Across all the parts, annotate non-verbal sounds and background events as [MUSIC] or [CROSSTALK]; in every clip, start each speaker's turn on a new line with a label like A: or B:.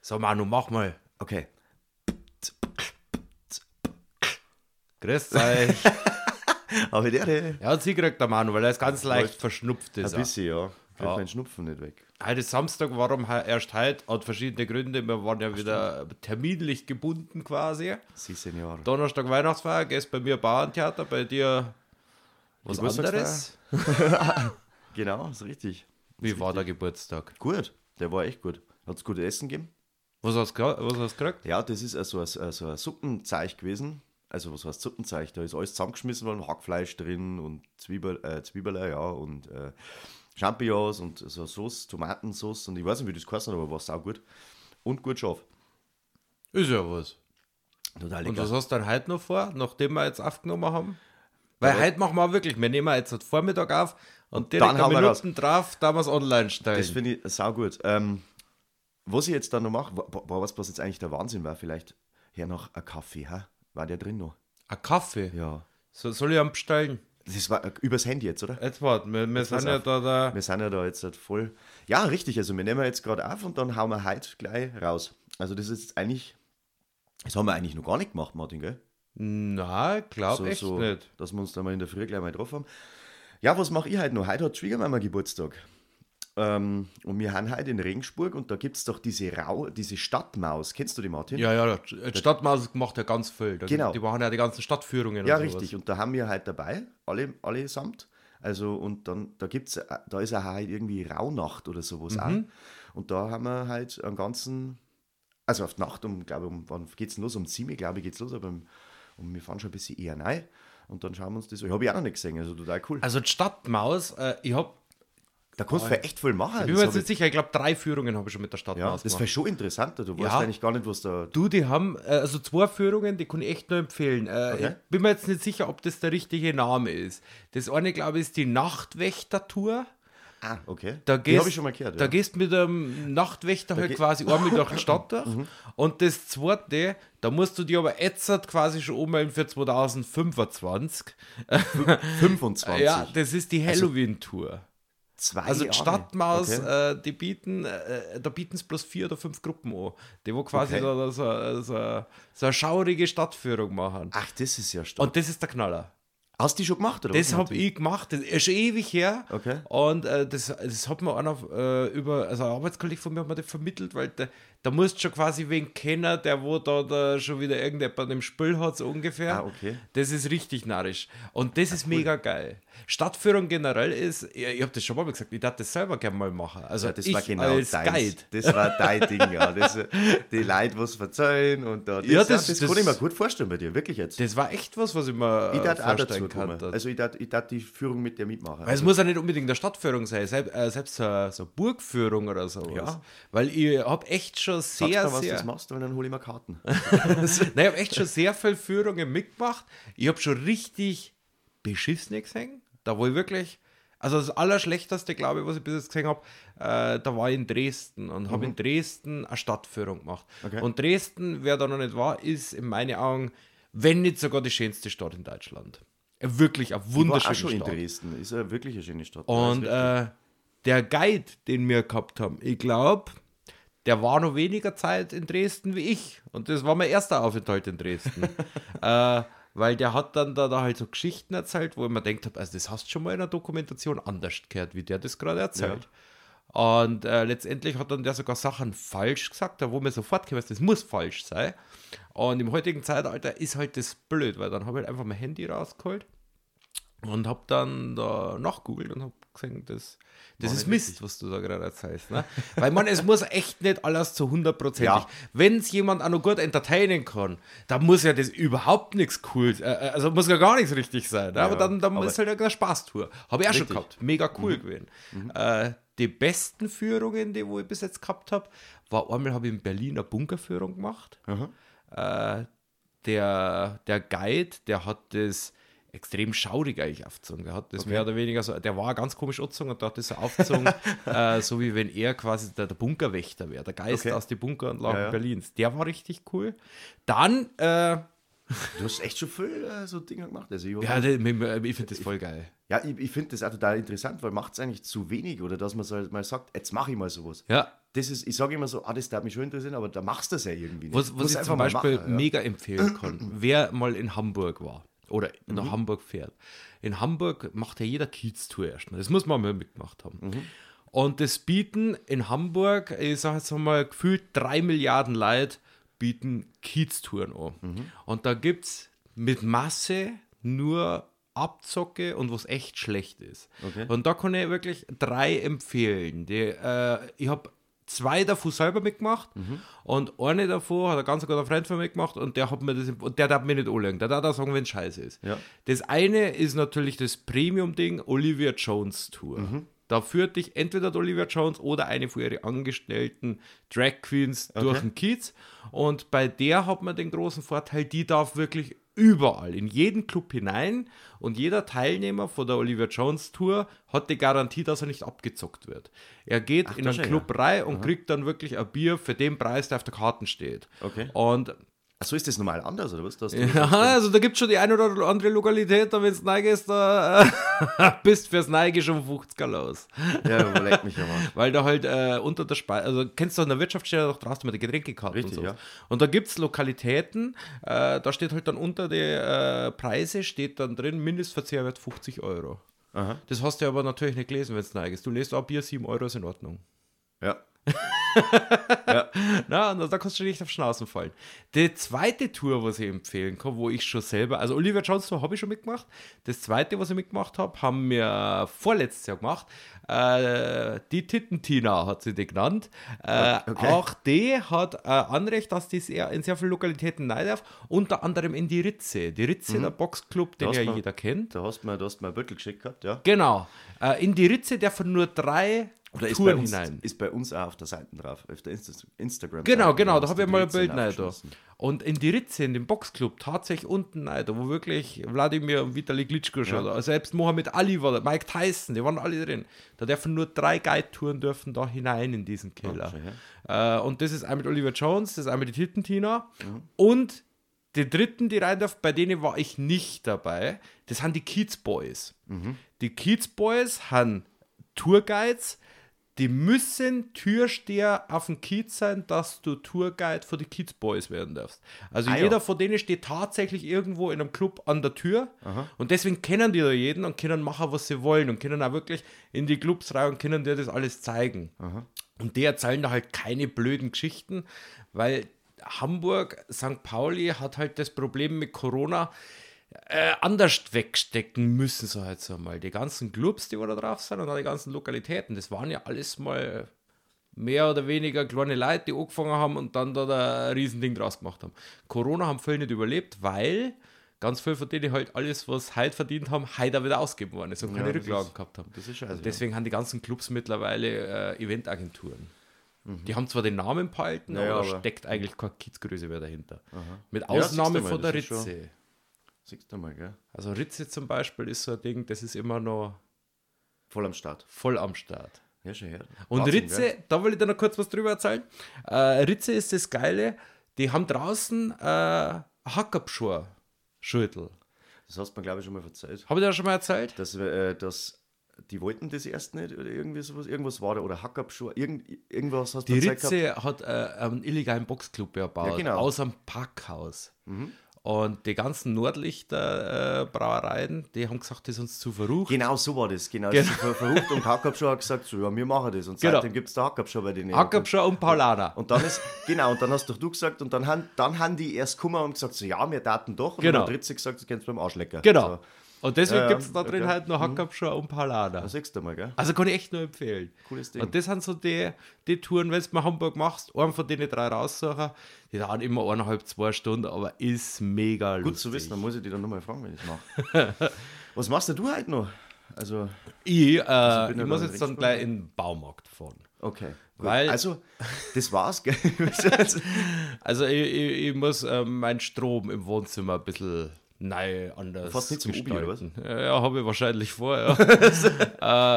A: So, Manu, mach mal.
B: Okay.
A: Grüß
B: [LAUGHS]
A: euch.
B: Aber der, der
A: er hat sie gekriegt, der Manu, weil er ist ganz leicht
B: Läuft.
A: verschnupft.
B: ein
A: Ist er.
B: bisschen, ja. Kriegt
A: Ja.
B: meinen Schnupfen nicht weg.
A: Heute ist Samstag, warum he- erst heute? Hat verschiedene Gründe. Wir waren ja wieder terminlich gebunden quasi.
B: Sie, Senior.
A: Donnerstag Weihnachtsfeier, gehst bei mir Bauerntheater, bei dir was
B: Geburtstagsfeier?
A: anderes.
B: Genau, ist richtig.
A: Wie war der Geburtstag?
B: Gut. Der war echt gut. Hat es gutes Essen gegeben?
A: Was hast du ge- was hast du gekriegt?
B: Ja, das ist also ein, also ein Suppenzeich gewesen. Also, was heißt Suppenzeich? Da ist alles zusammengeschmissen worden: Hackfleisch drin und Zwiebel, äh, Zwiebeln, ja, und äh, Champignons und so eine Sauce, Tomatensauce. Und ich weiß nicht, wie das geheißen hat, aber war saugut. Und gut scharf.
A: Ist ja was.
B: Total
A: Und
B: lecker.
A: was hast du dann heute noch vor, nachdem wir jetzt aufgenommen haben? Weil heute machen wir wirklich, wir nehmen jetzt am Vormittag auf und direkt
B: dann
A: eine
B: hauen wir
A: Minuten drauf, da wir es online
B: Das
A: stellen.
B: finde ich saugut. Ähm, was ich jetzt dann noch mache, wa- wa- was, was jetzt eigentlich der Wahnsinn war, vielleicht her noch ein Kaffee, hä? war der drin noch?
A: Ein Kaffee?
B: Ja.
A: So, soll ich einen bestellen?
B: Das war äh, übers Handy jetzt, oder?
A: Jetzt warte, wir, wir
B: pass
A: sind ja
B: auf.
A: da, da
B: Wir sind ja da jetzt halt voll. Ja, richtig, also wir nehmen ja jetzt gerade auf und dann hauen wir heute gleich raus. Also das ist jetzt eigentlich, das haben wir eigentlich noch gar nicht gemacht, Martin, gell?
A: Na, ich glaube echt nicht.
B: dass wir uns da mal in der Früh gleich mal getroffen haben. Ja, was mache ich heute noch? Heute hat die Schwiegermama Geburtstag. Ähm, und wir haben heute in Regensburg und da gibt es doch diese Rau, diese Stadtmaus. Kennst du die, Martin?
A: Ja, ja, die Stadtmaus macht ja ganz viel. Da-
B: Genau.
A: Die machen ja die ganzen Stadtführungen
B: Ja,
A: und sowas.
B: richtig. Und da haben wir halt dabei, alle, allesamt. Also, und dann, da gibt's, da ist auch halt irgendwie Rauhnacht oder
A: Mhm.
B: sowas auch. Und da haben wir halt einen ganzen, also auf die Nacht, um, glaube ich, um, wann geht's denn los? Um 7, glaube ich, geht's los, aber um, um, wir fahren schon ein bisschen eher rein. Und dann schauen wir uns das an. Ich habe ich auch noch nicht gesehen, also total cool.
A: Also die Stadtmaus, äh, ich habe,
B: da kannst du für echt viel machen.
A: ich bin
B: das
A: mir jetzt
B: hab
A: nicht
B: ich,
A: sicher, ich glaube drei Führungen habe ich schon mit der
B: ja,
A: Stadtmaus
B: das war
A: gemacht.
B: schon interessanter. Du weißt
A: Ja.
B: eigentlich gar nicht, was da.
A: Du, die haben, äh, also zwei Führungen, die kann ich echt nur empfehlen. Äh,
B: Okay.
A: Ich bin mir jetzt nicht sicher, ob das der richtige Name ist. Das eine, glaube ich, ist die Nachtwächter-Tour.
B: Ah, okay.
A: Da
B: die
A: gehst,
B: habe ich schon mal gehört.
A: Da
B: ja.
A: gehst mit dem Nachtwächter halt
B: geh-
A: quasi einmal durch
B: [LAUGHS]
A: die Stadt durch.
B: Mhm.
A: Und das zweite, da musst du dir aber jetzt halt quasi schon ummelden für 2025.
B: 25.
A: Ja, das ist die
B: Also
A: Halloween-Tour.
B: Zwei
A: Also die
B: Jahre.
A: Stadtmaus,
B: Okay.
A: äh, die bieten, äh, da bieten es bloß vier oder fünf Gruppen an, die wo quasi
B: Okay.
A: da, da so, so, so eine schaurige Stadtführung machen.
B: Ach, das ist ja stark.
A: Und das ist der Knaller.
B: Hast du die schon gemacht, oder?
A: Das
B: was,
A: habe ich gemacht, das ist schon ewig her.
B: Okay.
A: Und äh, das, das hat mir einer äh, über, also ein Arbeitskollege von mir hat mir das vermittelt, weil da, da musst du schon quasi wen kennen, der wo da, da schon wieder irgendjemand im Spül hat, so ungefähr.
B: Ah, okay. Ah,
A: Das ist richtig narrisch. Und das ist mega geil. Stadtführung generell ist, ich, ich habe das schon mal gesagt, ich dachte das selber gerne mal machen. Also
B: Ja, das
A: ich
B: war genau
A: als
B: deins.
A: Guide.
B: Das war dein Ding, ja. Das, äh, die Leute, was verzeihen und da. Das,
A: Ja, das-
B: das,
A: das-
B: kann ich mir gut vorstellen bei dir, wirklich jetzt.
A: Das war echt was, was ich mir
B: ich
A: äh,
B: darf auch dazu
A: vorstellen
B: kommen.
A: kann. Also
B: Also, ich darf, ich darf die Führung mit dir mitmachen.
A: Weil es muss ja nicht unbedingt eine Stadtführung sein, selbst, äh, selbst so, eine- so eine Burgführung oder sowas.
B: Ja.
A: Weil ich habe echt schon
B: Sagst
A: sehr,
B: du was
A: sehr,
B: das machst, weil dann hole ich mir Karten.
A: [LAUGHS] nein, ich habe echt schon sehr viele Führungen mitgemacht. Ich habe schon richtig beschissen gesehen. Da wo ich wirklich, also das Allerschlechteste, glaube ich, was ich bis jetzt gesehen habe, äh, da war ich in Dresden und habe in Dresden eine Stadtführung gemacht.
B: Mhm. Okay.
A: Und Dresden, wer da noch nicht war, ist in meinen Augen, wenn nicht sogar die schönste Stadt in Deutschland. Wirklich eine
B: Ich war auch
A: wunderschöne
B: schon in
A: Stadt.
B: Dresden. Ist ja wirklich eine schöne Stadt. Also,
A: Und äh, der Guide, den wir gehabt haben, ich glaube, der war noch weniger Zeit in Dresden wie ich. Und das war mein erster Aufenthalt in Dresden. äh, weil der hat dann da, da halt so Geschichten erzählt, wo ich mir denkt habe, also das hast du schon mal in einer Dokumentation anders gehört, wie der das gerade erzählt. Und äh, letztendlich hat dann der sogar Sachen falsch gesagt, da wo mir sofort gewusst, das muss falsch sein. Und im heutigen Zeitalter ist halt das blöd, weil dann habe ich halt einfach mein Handy rausgeholt und habe dann da nachgoogelt und habe gesehen, das, das ist Mist, was du da gerade erzählst. Ne? Weil man, es muss echt nicht alles zu 100%.
B: Ja.
A: Wenn es jemand auch noch gut entertainen kann, dann muss ja das überhaupt nichts cool, äh, also muss ja gar nichts richtig sein. Ne? aber dann, dann
B: aber-
A: ist halt eine Spaßtour. Habe ich auch schon
B: Richtig. Mhm.
A: gehabt. Mega cool gewesen. Äh, die besten Führungen, die wo ich bis jetzt gehabt habe, war einmal habe ich in Berlin eine Bunkerführung gemacht äh, der, der Guide, der hat das extrem schaurig eigentlich aufgezogen. Der hat das mehr oder weniger so, der war ganz komisch aufgezogen und da hat das so
B: [LAUGHS]
A: aufgezogen, äh, so wie wenn er quasi der, der Bunkerwächter wäre, der Geist
B: Okay.
A: aus den Bunkeranlagen
B: Ja, ja.
A: Berlins. Der war richtig cool. Dann, äh,
B: du hast echt schon viel äh, so Dinge gemacht. Also ich hab-
A: ja, ich, ich finde das voll geil.
B: ja, ich, ich finde das auch total interessant, weil macht es eigentlich zu wenig oder dass man so halt mal sagt, jetzt mache ich mal sowas.
A: Ja,
B: das ist, ich sage immer so, ah, das darf mich schon interessieren, aber da machst du es ja irgendwie nicht.
A: Was, was
B: Muss
A: ich
B: einfach
A: zum
B: mal
A: Beispiel
B: machen, ja.
A: mega empfehlen
B: [CLEARS THROAT]
A: kann, wer mal in Hamburg war oder
B: Mhm.
A: nach Hamburg fährt. In Hamburg macht ja jeder Kiez-Tour erstmal. Das muss man mal mitgemacht haben.
B: Mhm.
A: Und das bieten in Hamburg, ich sage jetzt mal, gefühlt drei Milliarden Leute bieten Kiez-Touren an.
B: Mhm.
A: Und da gibt es mit Masse nur Abzocke und was echt schlecht ist.
B: Okay.
A: Und da kann ich wirklich drei empfehlen. Die, äh, ich habe zwei davon selber mitgemacht
B: Mhm.
A: und eine davon hat ein ganz guter Freund von mir gemacht und der hat mir das und der darf mir nicht anlegen. Der darf da sagen, wenn scheiße ist.
B: Ja.
A: Das eine ist natürlich das Premium-Ding Olivia Jones Tour.
B: Mhm.
A: Da führt dich entweder die Olivia Jones oder eine von ihren Angestellten Drag Queens durch den Kiez. Und bei der hat man den großen Vorteil, die darf wirklich überall, in jeden Club hinein. Und jeder Teilnehmer von der Olivia Jones Tour hat die Garantie, dass er nicht abgezockt wird. Er geht in
B: das
A: einen
B: ist ja.
A: Club rein und kriegt dann wirklich ein Bier für den Preis, der auf der Karte steht.
B: Okay.
A: Und
B: Ach so ist das normal anders, oder was? Dass
A: [LAUGHS]
B: du-
A: ja, also da gibt es schon die eine oder andere Lokalität, da wenn du neigest, da [LAUGHS] äh, bist fürs Neige schon 50er los.
B: ja, überleg mich ja mal.
A: Weil da halt äh, unter der Speise, also kennst du in der Wirtschaftsstelle doch draußen mit der Getränkekarte
B: Richtig,
A: und so.
B: ja.
A: Und da gibt es Lokalitäten, äh, da steht halt dann unter die äh, Preise, steht dann drin, Mindestverzehrwert 50 Euro.
B: Aha.
A: Das hast du aber natürlich nicht gelesen, wenn es neigest. Du lest auch Bier 7 Euro ist in Ordnung.
B: [LAUGHS] Ja.
A: Na, und da kannst du nicht auf Schnauzen fallen. Die zweite Tour, was ich empfehlen kann, wo ich schon selber, also Olivia Jones Tour habe ich schon mitgemacht. Das zweite, was ich mitgemacht habe, haben wir vorletztes Jahr gemacht. Äh, die Tittentina hat sie die genannt. Äh,
B: Ah, Okay.
A: Auch die hat äh, Anrecht, dass die sehr, in sehr vielen Lokalitäten rein darf, unter anderem in die Ritze. Die Ritze,
B: Mhm.
A: der Boxclub, den
B: hast
A: ja
B: du-
A: jeder kennt.
B: Da hast du mir, da hast du mir ein Büttel geschickt gehabt, ja.
A: Genau. Äh, in die Ritze dürfen nur drei
B: Oder ist bei,
A: Touren
B: uns,
A: hinein.
B: ist bei uns auch auf der Seite drauf, auf der Insta Instagram.
A: Genau, genau, da habe ich mal ein Bild rein da. Und in die Ritze, in dem Boxclub, tatsächlich unten rein, da wo wirklich Wladimir und Vitali Klitschko schon, da, also selbst Mohammed Ali war da, Mike Tyson, die waren alle drin. Da dürfen nur drei Guide-Touren dürfen da hinein in diesen Keller.
B: schau
A: äh, und das ist einmal Oliver Jones, das ist einmal die Tittentina und die dritten, die rein dürfen, bei denen war ich nicht dabei, das sind die Kids Boys. Die Kids Boys haben Tourguides, die müssen Türsteher auf dem Kiez sein, dass du Tourguide für die Kids Boys werden darfst. Also
B: Ah ja.
A: jeder von denen steht tatsächlich irgendwo in einem Club an der Tür und deswegen kennen die da jeden und können machen, was sie wollen und können auch wirklich in die Clubs rein und können dir das alles zeigen. Und die erzählen da halt keine blöden Geschichten, weil Hamburg, St. Pauli hat halt das Problem mit Corona äh, anders wegstecken müssen, so halt so mal. Die ganzen Clubs, die wo da drauf sind und auch die ganzen Lokalitäten, das waren ja alles mal mehr oder weniger kleine Leute, die angefangen haben und dann da da ein Riesending draus gemacht haben. Corona haben viele nicht überlebt, weil ganz viele von denen halt alles, was halt verdient haben, heute auch wieder ausgegeben worden ist und keine
B: das
A: Rücklagen
B: ist-
A: gehabt haben.
B: das ist scheiße,
A: Und deswegen haben die ganzen Clubs mittlerweile äh, Eventagenturen. Die haben zwar den Namen behalten,
B: Naja,
A: aber da
B: Mhm. aber-
A: steckt eigentlich keine Kidsgröße mehr dahinter. Mit
B: Ja, siehst
A: Ausnahme
B: du mal,
A: von
B: das
A: der
B: ist schon-
A: Ritze.
B: Siehst du mal, gell?
A: Also Ritze zum Beispiel ist so ein Ding, das ist immer noch
B: Voll am Start.
A: voll am Start.
B: Ja, schon her.
A: Und
B: Wahnsinn,
A: Ritze,
B: gell?
A: da will ich dir noch kurz was drüber erzählen. Äh, Ritze ist das Geile, die haben draußen äh, Hackabschur. Schüttel.
B: Das hast du mir, glaube ich, schon mal erzählt.
A: Habe ich dir das schon mal erzählt?
B: Dass, wir, äh, dass die wollten das erst nicht oder irgendwie sowas. Irgendwas war da. Oder Hackabschuhe. Irgend, irgendwas hast du
A: Die
B: erzählt
A: Ritze
B: gehabt.
A: hat äh, einen illegalen Boxclub gebaut,
B: Ja, genau. Mhm.
A: aus einem Packhaus. Und die ganzen Nordlichter äh, Brauereien, die haben gesagt, das ist uns zu verrucht.
B: Genau so war das. Genau.
A: Genau.
B: Das ist ver- verrückt. Und Hackabschuhe hat gesagt: so, Ja, wir machen das. Und
A: Genau.
B: seitdem gibt es da Hackabschuhe bei denen.
A: Hackabschur und Paulaner.
B: Und dann ist, [LAUGHS] genau, und dann hast doch du gesagt, und dann haben, dann haben die erst gekommen und gesagt, so, ja, wir taten doch. Und
A: Genau.
B: dann hat Ritze gesagt, das kannst du beim Arsch lecken.
A: Genau.
B: So,
A: Und deswegen
B: Ja, ja,
A: gibt es da drin
B: okay. Mhm.
A: halt nur Hackabschur und Paulaner.
B: das siehst du mal, gell?
A: Also kann ich echt nur empfehlen.
B: Cooles Ding.
A: Und das sind so die, die Touren, wenn du mal Hamburg machst, einen von denen drei raussuchen, die dauern immer eineinhalb, zwei Stunden, aber ist mega
B: Gut zu wissen, dann muss ich dich dann nochmal fragen, wenn ich es mache.
A: [LAUGHS]
B: Was machst denn du heute noch? Also,
A: Ich, äh,
B: bin
A: ich
B: ja
A: muss
B: dann
A: jetzt dann
B: recht
A: gleich in den Baumarkt fahren. [LAUGHS]
B: okay. Gut.
A: Weil-
B: also, das
A: [LAUGHS]
B: war's, gell?
A: Also ich, ich, ich muss äh, mein Strom im Wohnzimmer ein bisschen neu anders
B: Fast nicht zum Ubi, oder was?
A: gestalten. Ja, ja habe ich wahrscheinlich vor,
B: [LAUGHS]
A: ja.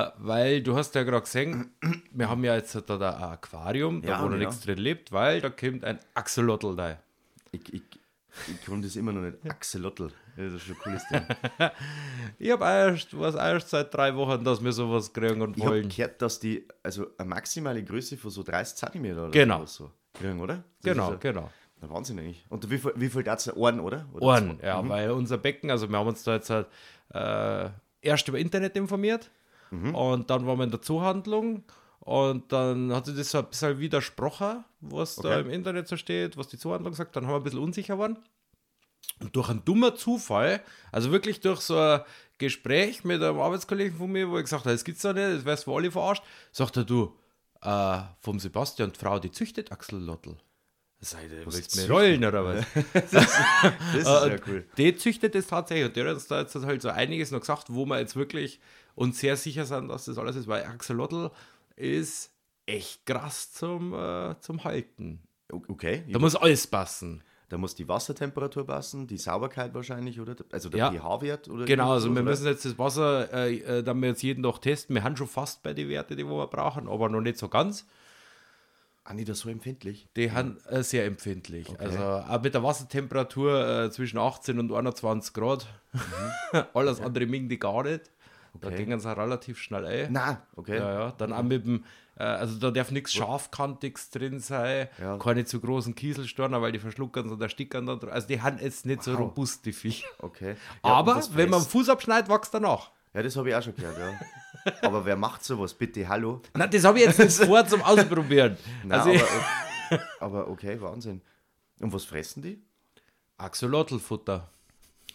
A: äh, weil du hast ja gerade gesehen, wir haben ja jetzt da, da ein Aquarium, da
B: Ja,
A: wo noch
B: ja.
A: nichts drin lebt, weil da kommt ein Axolotl rein.
B: ich ich, ich kann das immer noch nicht. Axelotl. Ja, das ist schon ein cooles Ding.
A: Ich habe erst, was erst seit drei Wochen, dass wir sowas kriegen und
B: Ich habe
A: wollen.
B: gehört, dass die, also eine maximale Größe von so 30 cm oder
A: Genau.
B: sowas so kriegen, oder? Das
A: Genau,
B: Ist ja,
A: genau.
B: na, Wahnsinn eigentlich. Und wie viel, wie viel dazu? Ohren, oder? oder
A: Ohren,
B: zwei?
A: ja, weil unser Becken, also wir haben uns da jetzt halt äh, erst über Internet informiert und dann waren wir in der Zuhandlung und dann hat sich das so ein bisschen widersprochen, was da
B: Okay.
A: im Internet so steht, was die Zuhandlung sagt, dann haben wir ein bisschen unsicher geworden. Und durch einen dummen Zufall, also wirklich durch so ein Gespräch mit einem Arbeitskollegen von mir, wo ich gesagt habe, das gibt's doch nicht, das wär's für alle verarscht, sagt er, du, äh, vom Sebastian die Frau, die züchtet Axolotl. Seid ihr, willst du mir
B: züchten?
A: rollen oder was?
B: Das ist
A: Äh,
B: ja cool.
A: Die züchtet es tatsächlich und der hat uns da jetzt halt so einiges noch gesagt, wo wir jetzt wirklich uns sehr sicher sind, dass das alles ist, weil Axolotl ist echt krass zum, äh, zum Halten.
B: O- Okay,
A: Da muss alles passen.
B: da muss die Wassertemperatur passen, die Sauberkeit wahrscheinlich, oder? Also
A: Ja.
B: der pH-Wert oder
A: Genau, also wir
B: irgendwas,
A: müssen jetzt das Wasser, äh, äh, dann wir jetzt jeden noch testen. Wir haben schon fast bei den Werten, die wir brauchen, aber noch nicht so ganz.
B: oder? Ah, nicht so empfindlich.
A: Die haben äh, sehr empfindlich. Also auch mit der Wassertemperatur äh, zwischen 18 und 21 Grad. [LAUGHS] alles andere mögen die gar nicht. Da
B: Mhm. Okay.
A: gingen sie relativ schnell ein.
B: Na, okay.
A: Ja, ja. Dann auch mit dem, äh, also da darf nichts Scharfkantiges drin sein,
B: Ja.
A: keine zu großen Kieselstörner, weil die verschluckern und erstickern dann. dr- Also die haben jetzt nicht so
B: Wow.
A: robust, die [LAUGHS] Viecher.
B: Okay. Ja, und
A: Aber
B: was
A: wenn man den
B: frisst?
A: Fuß abschneidet, wächst er nach.
B: Ja, das habe ich auch schon
A: [LAUGHS]
B: gehört, ja. Aber wer macht sowas? Bitte, hallo.
A: Nein, das habe ich jetzt nicht vor [LAUGHS] zum Ausprobieren.
B: Nein,
A: also,
B: äh, aber, aber okay, Wahnsinn. Und was fressen die?
A: Axolotlfutter.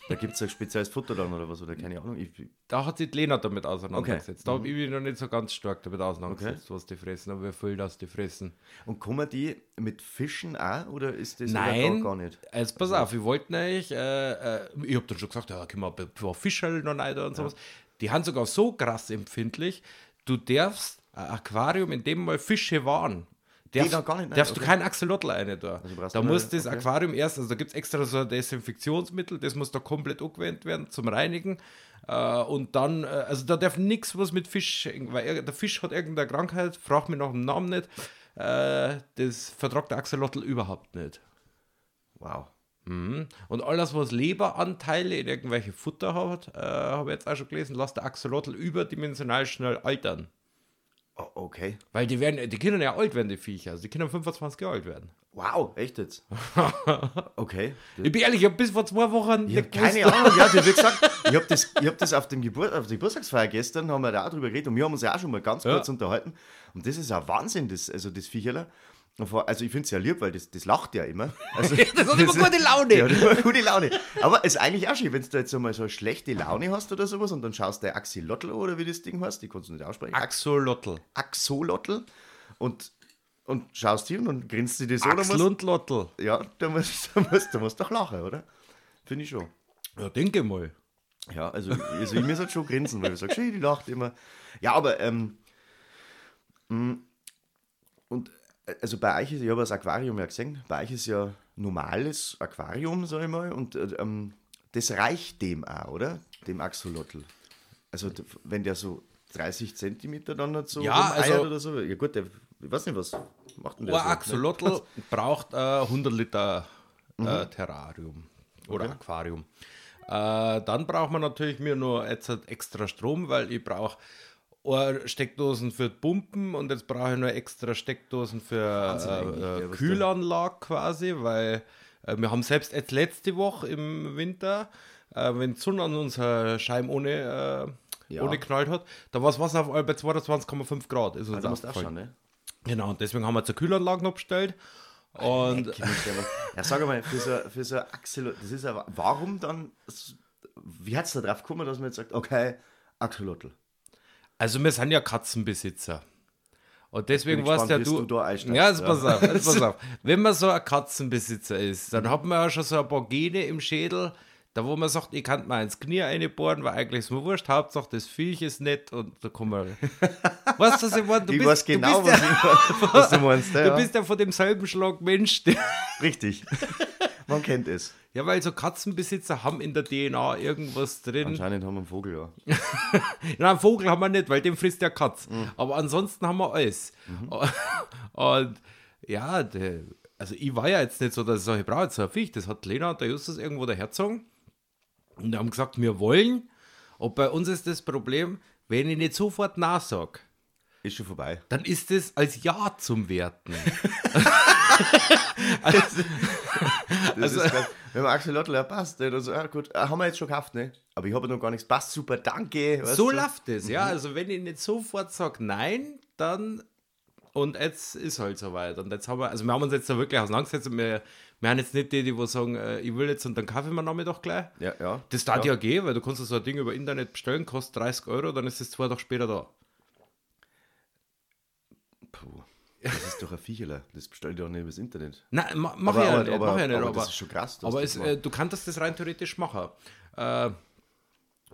B: Da gibt es ein spezielles Futter dann oder was, oder keine Ahnung. Ich,
A: Da hat sich die Lena damit auseinandergesetzt. Da habe ich mich noch nicht so ganz stark damit auseinandergesetzt, was die fressen, aber wie viel das die fressen.
B: und kommen die mit Fischen auch oder ist das sogar
A: Nein,
B: gar gar nicht?
A: Jetzt Also, pass
B: Also
A: auf, wir wollten eigentlich, äh, äh, ich habe dann schon gesagt, ja, können wir ein paar Fischerl noch rein und sowas. Die haben sogar so krass empfindlich, du darfst ein Aquarium, in dem mal Fische waren. Darfst,
B: noch gar nicht rein,
A: darfst du
B: okay.
A: keinen Axolotl rein da.
B: Also brauchst
A: da
B: du
A: muss
B: eine-
A: das
B: okay.
A: Aquarium erst, also da gibt es extra so ein Desinfektionsmittel, das muss da komplett angewendet werden zum Reinigen. Äh, und dann, äh, also da darf nichts was mit Fisch, weil ir- der Fisch hat irgendeine Krankheit, frag mich nach dem Namen nicht. Äh, das vertragt der Axolotl überhaupt nicht.
B: Wow.
A: Mhm. Und alles, was Leberanteile in irgendwelche Futter hat, äh, habe ich jetzt auch schon gelesen, lässt der Axolotl überdimensional schnell altern.
B: O- okay.
A: Weil die werden, die Kinder ja alt werden, die Viecher. Also die Kinder 25 Jahre alt werden.
B: Wow,
A: [LAUGHS]
B: echt jetzt? Okay. Das-
A: Ich bin ehrlich, ich habe bis vor zwei Wochen
B: Ich habe
A: nicht gewusst.
B: keine Ahnung, ja, wie gesagt,
A: [LAUGHS]
B: ich habe das, ich hab das auf, dem Gebur auf der Geburtstagsfeier gestern, haben wir da auch drüber geredet und wir haben uns ja auch schon mal ganz
A: Ja.
B: kurz unterhalten. Und das ist ein Wahnsinn, das, also das Viecherler. Und vor- Also ich finde es ja lieb, weil das, das lacht ja immer.
A: [LAUGHS]
B: Also,
A: Das hat immer gute Laune.
B: Ja, das war gute Laune. Aber ist eigentlich auch schön, wenn du jetzt einmal so eine schlechte Laune hast oder sowas und dann schaust du Axolotl oder wie das Ding heißt, die kannst du nicht aussprechen. Ax
A: Axolotl.
B: Axolotl und, und schaust hin und grinst dir das an, dann musst-
A: Axolotl.
B: Ja, da musst du musst, da musst doch lachen, oder? Finde ich schon.
A: Ja, denke mal.
B: Ja, also, also ich muss halt schon grinsen, weil ich sage, schön, die lacht immer. Ja, aber, ähm, mh, und äh, also bei euch ist, ich habe das Aquarium ja gesehen, bei euch ist ja normales Aquarium, sag ich mal, und äh, ähm, das reicht dem auch, oder? Dem Axolotl. Also, d- wenn der so 30 Zentimeter dann nicht so
A: Ja,
B: rumeiert
A: also- Oh,
B: oder so, ja gut, der, ich weiß nicht, was macht denn der
A: Ein
B: so, ne?
A: Axolotl braucht äh, 100 Liter äh, Terrarium oder Aquarium. Äh, dann braucht man natürlich mir nur jetzt halt extra Strom, weil ich brauche Steckdosen für die Pumpen und jetzt brauche ich nur extra Steckdosen für äh,
B: eigentlich, ja,
A: äh,
B: was
A: Kühlanlage quasi, weil äh, wir haben selbst jetzt letzte Woche im Winter, äh, wenn die Sonne an unserer Scheiben ohne, äh,
B: Ja.
A: ohne knallt hat, da war das Wasser auf einmal bei 22,5 Grad. Ist uns
B: Ah, da musst du auch
A: aufgefallen.
B: schauen, ne?
A: Genau, und deswegen haben wir zur Kühlanlage noch bestellt. Und
B: Ja, sag mal, für so, für so Axolotl, das ist ja, warum dann, wie hat es da drauf gekommen, dass man jetzt sagt, okay, Axolotl.
A: also wir sind ja Katzenbesitzer. Und deswegen
B: Bin
A: warst
B: gespannt,
A: ja
B: wirst
A: du.
B: du da einsteigst,
A: ja, jetzt
B: ja.
A: pass auf, jetzt
B: [LAUGHS]
A: pass auf. Wenn man so ein Katzenbesitzer ist, dann hat man ja schon so ein paar Gene im Schädel, da wo man sagt, ich kann mal ins Knie einbohren, weil eigentlich ist mir wurscht, Hauptsache das Viech ist nett und da kann man.
B: [LAUGHS]
A: weißt du, was ich meine? Du
B: ich
A: bist,
B: weiß genau,
A: du bist, [LAUGHS]
B: was, ich, was du meinst.
A: ja,
B: Ja,
A: du bist ja von demselben Schlag Mensch. der-
B: richtig. Man kennt es.
A: Ja, weil so Katzenbesitzer haben in der DNA irgendwas drin.
B: Anscheinend haben wir einen Vogel, ja.
A: Nein, einen Vogel haben wir nicht, weil den frisst der Katz. Aber ansonsten haben wir alles. [LAUGHS] Und ja, de, also ich war ja jetzt nicht so, dass ich sage, ich brauche jetzt so ein Viech. Das hat Lena und der Justus irgendwo der Herzog. Und haben gesagt, wir wollen. Und bei uns ist das Problem, wenn ich nicht sofort nachsage,
B: Ist schon vorbei.
A: dann ist das als Ja zum Werten. [LAUGHS]
B: Das
A: Also-
B: ist grad, wenn man Axel Lottler ja, passt, ne, dann so, ah, gut, ah, haben wir jetzt schon gekauft, ne? Aber ich habe noch gar nichts. Passt super, danke. weißt
A: so
B: du? Mhm.
A: läuft es, ja. Also wenn ich nicht sofort sage nein, dann und jetzt ist halt soweit. Und jetzt haben wir, also wir haben uns jetzt da wirklich auseinandergesetzt und wir, wir haben jetzt nicht die, die wo sagen, äh, ich will jetzt und dann kaufe ich mir Nachmittag gleich.
B: Ja, ja.
A: Das darf ja. ja gehen, weil du kannst so ein Ding über Internet bestellen, kostet 30 Euro, dann ist es zwei Tage später da.
B: Puh, das ist doch ein Viecherler. Das bestell ich doch nicht übers Internet.
A: Nein, ma, mach
B: Aber-
A: ich ja
B: aber-
A: nicht.
B: aber-
A: mach ich ja nicht
B: aber
A: aber,
B: das ist schon krass, dass
A: Aber
B: das
A: es,
B: macht.
A: äh, du kannst das rein theoretisch machen. Äh,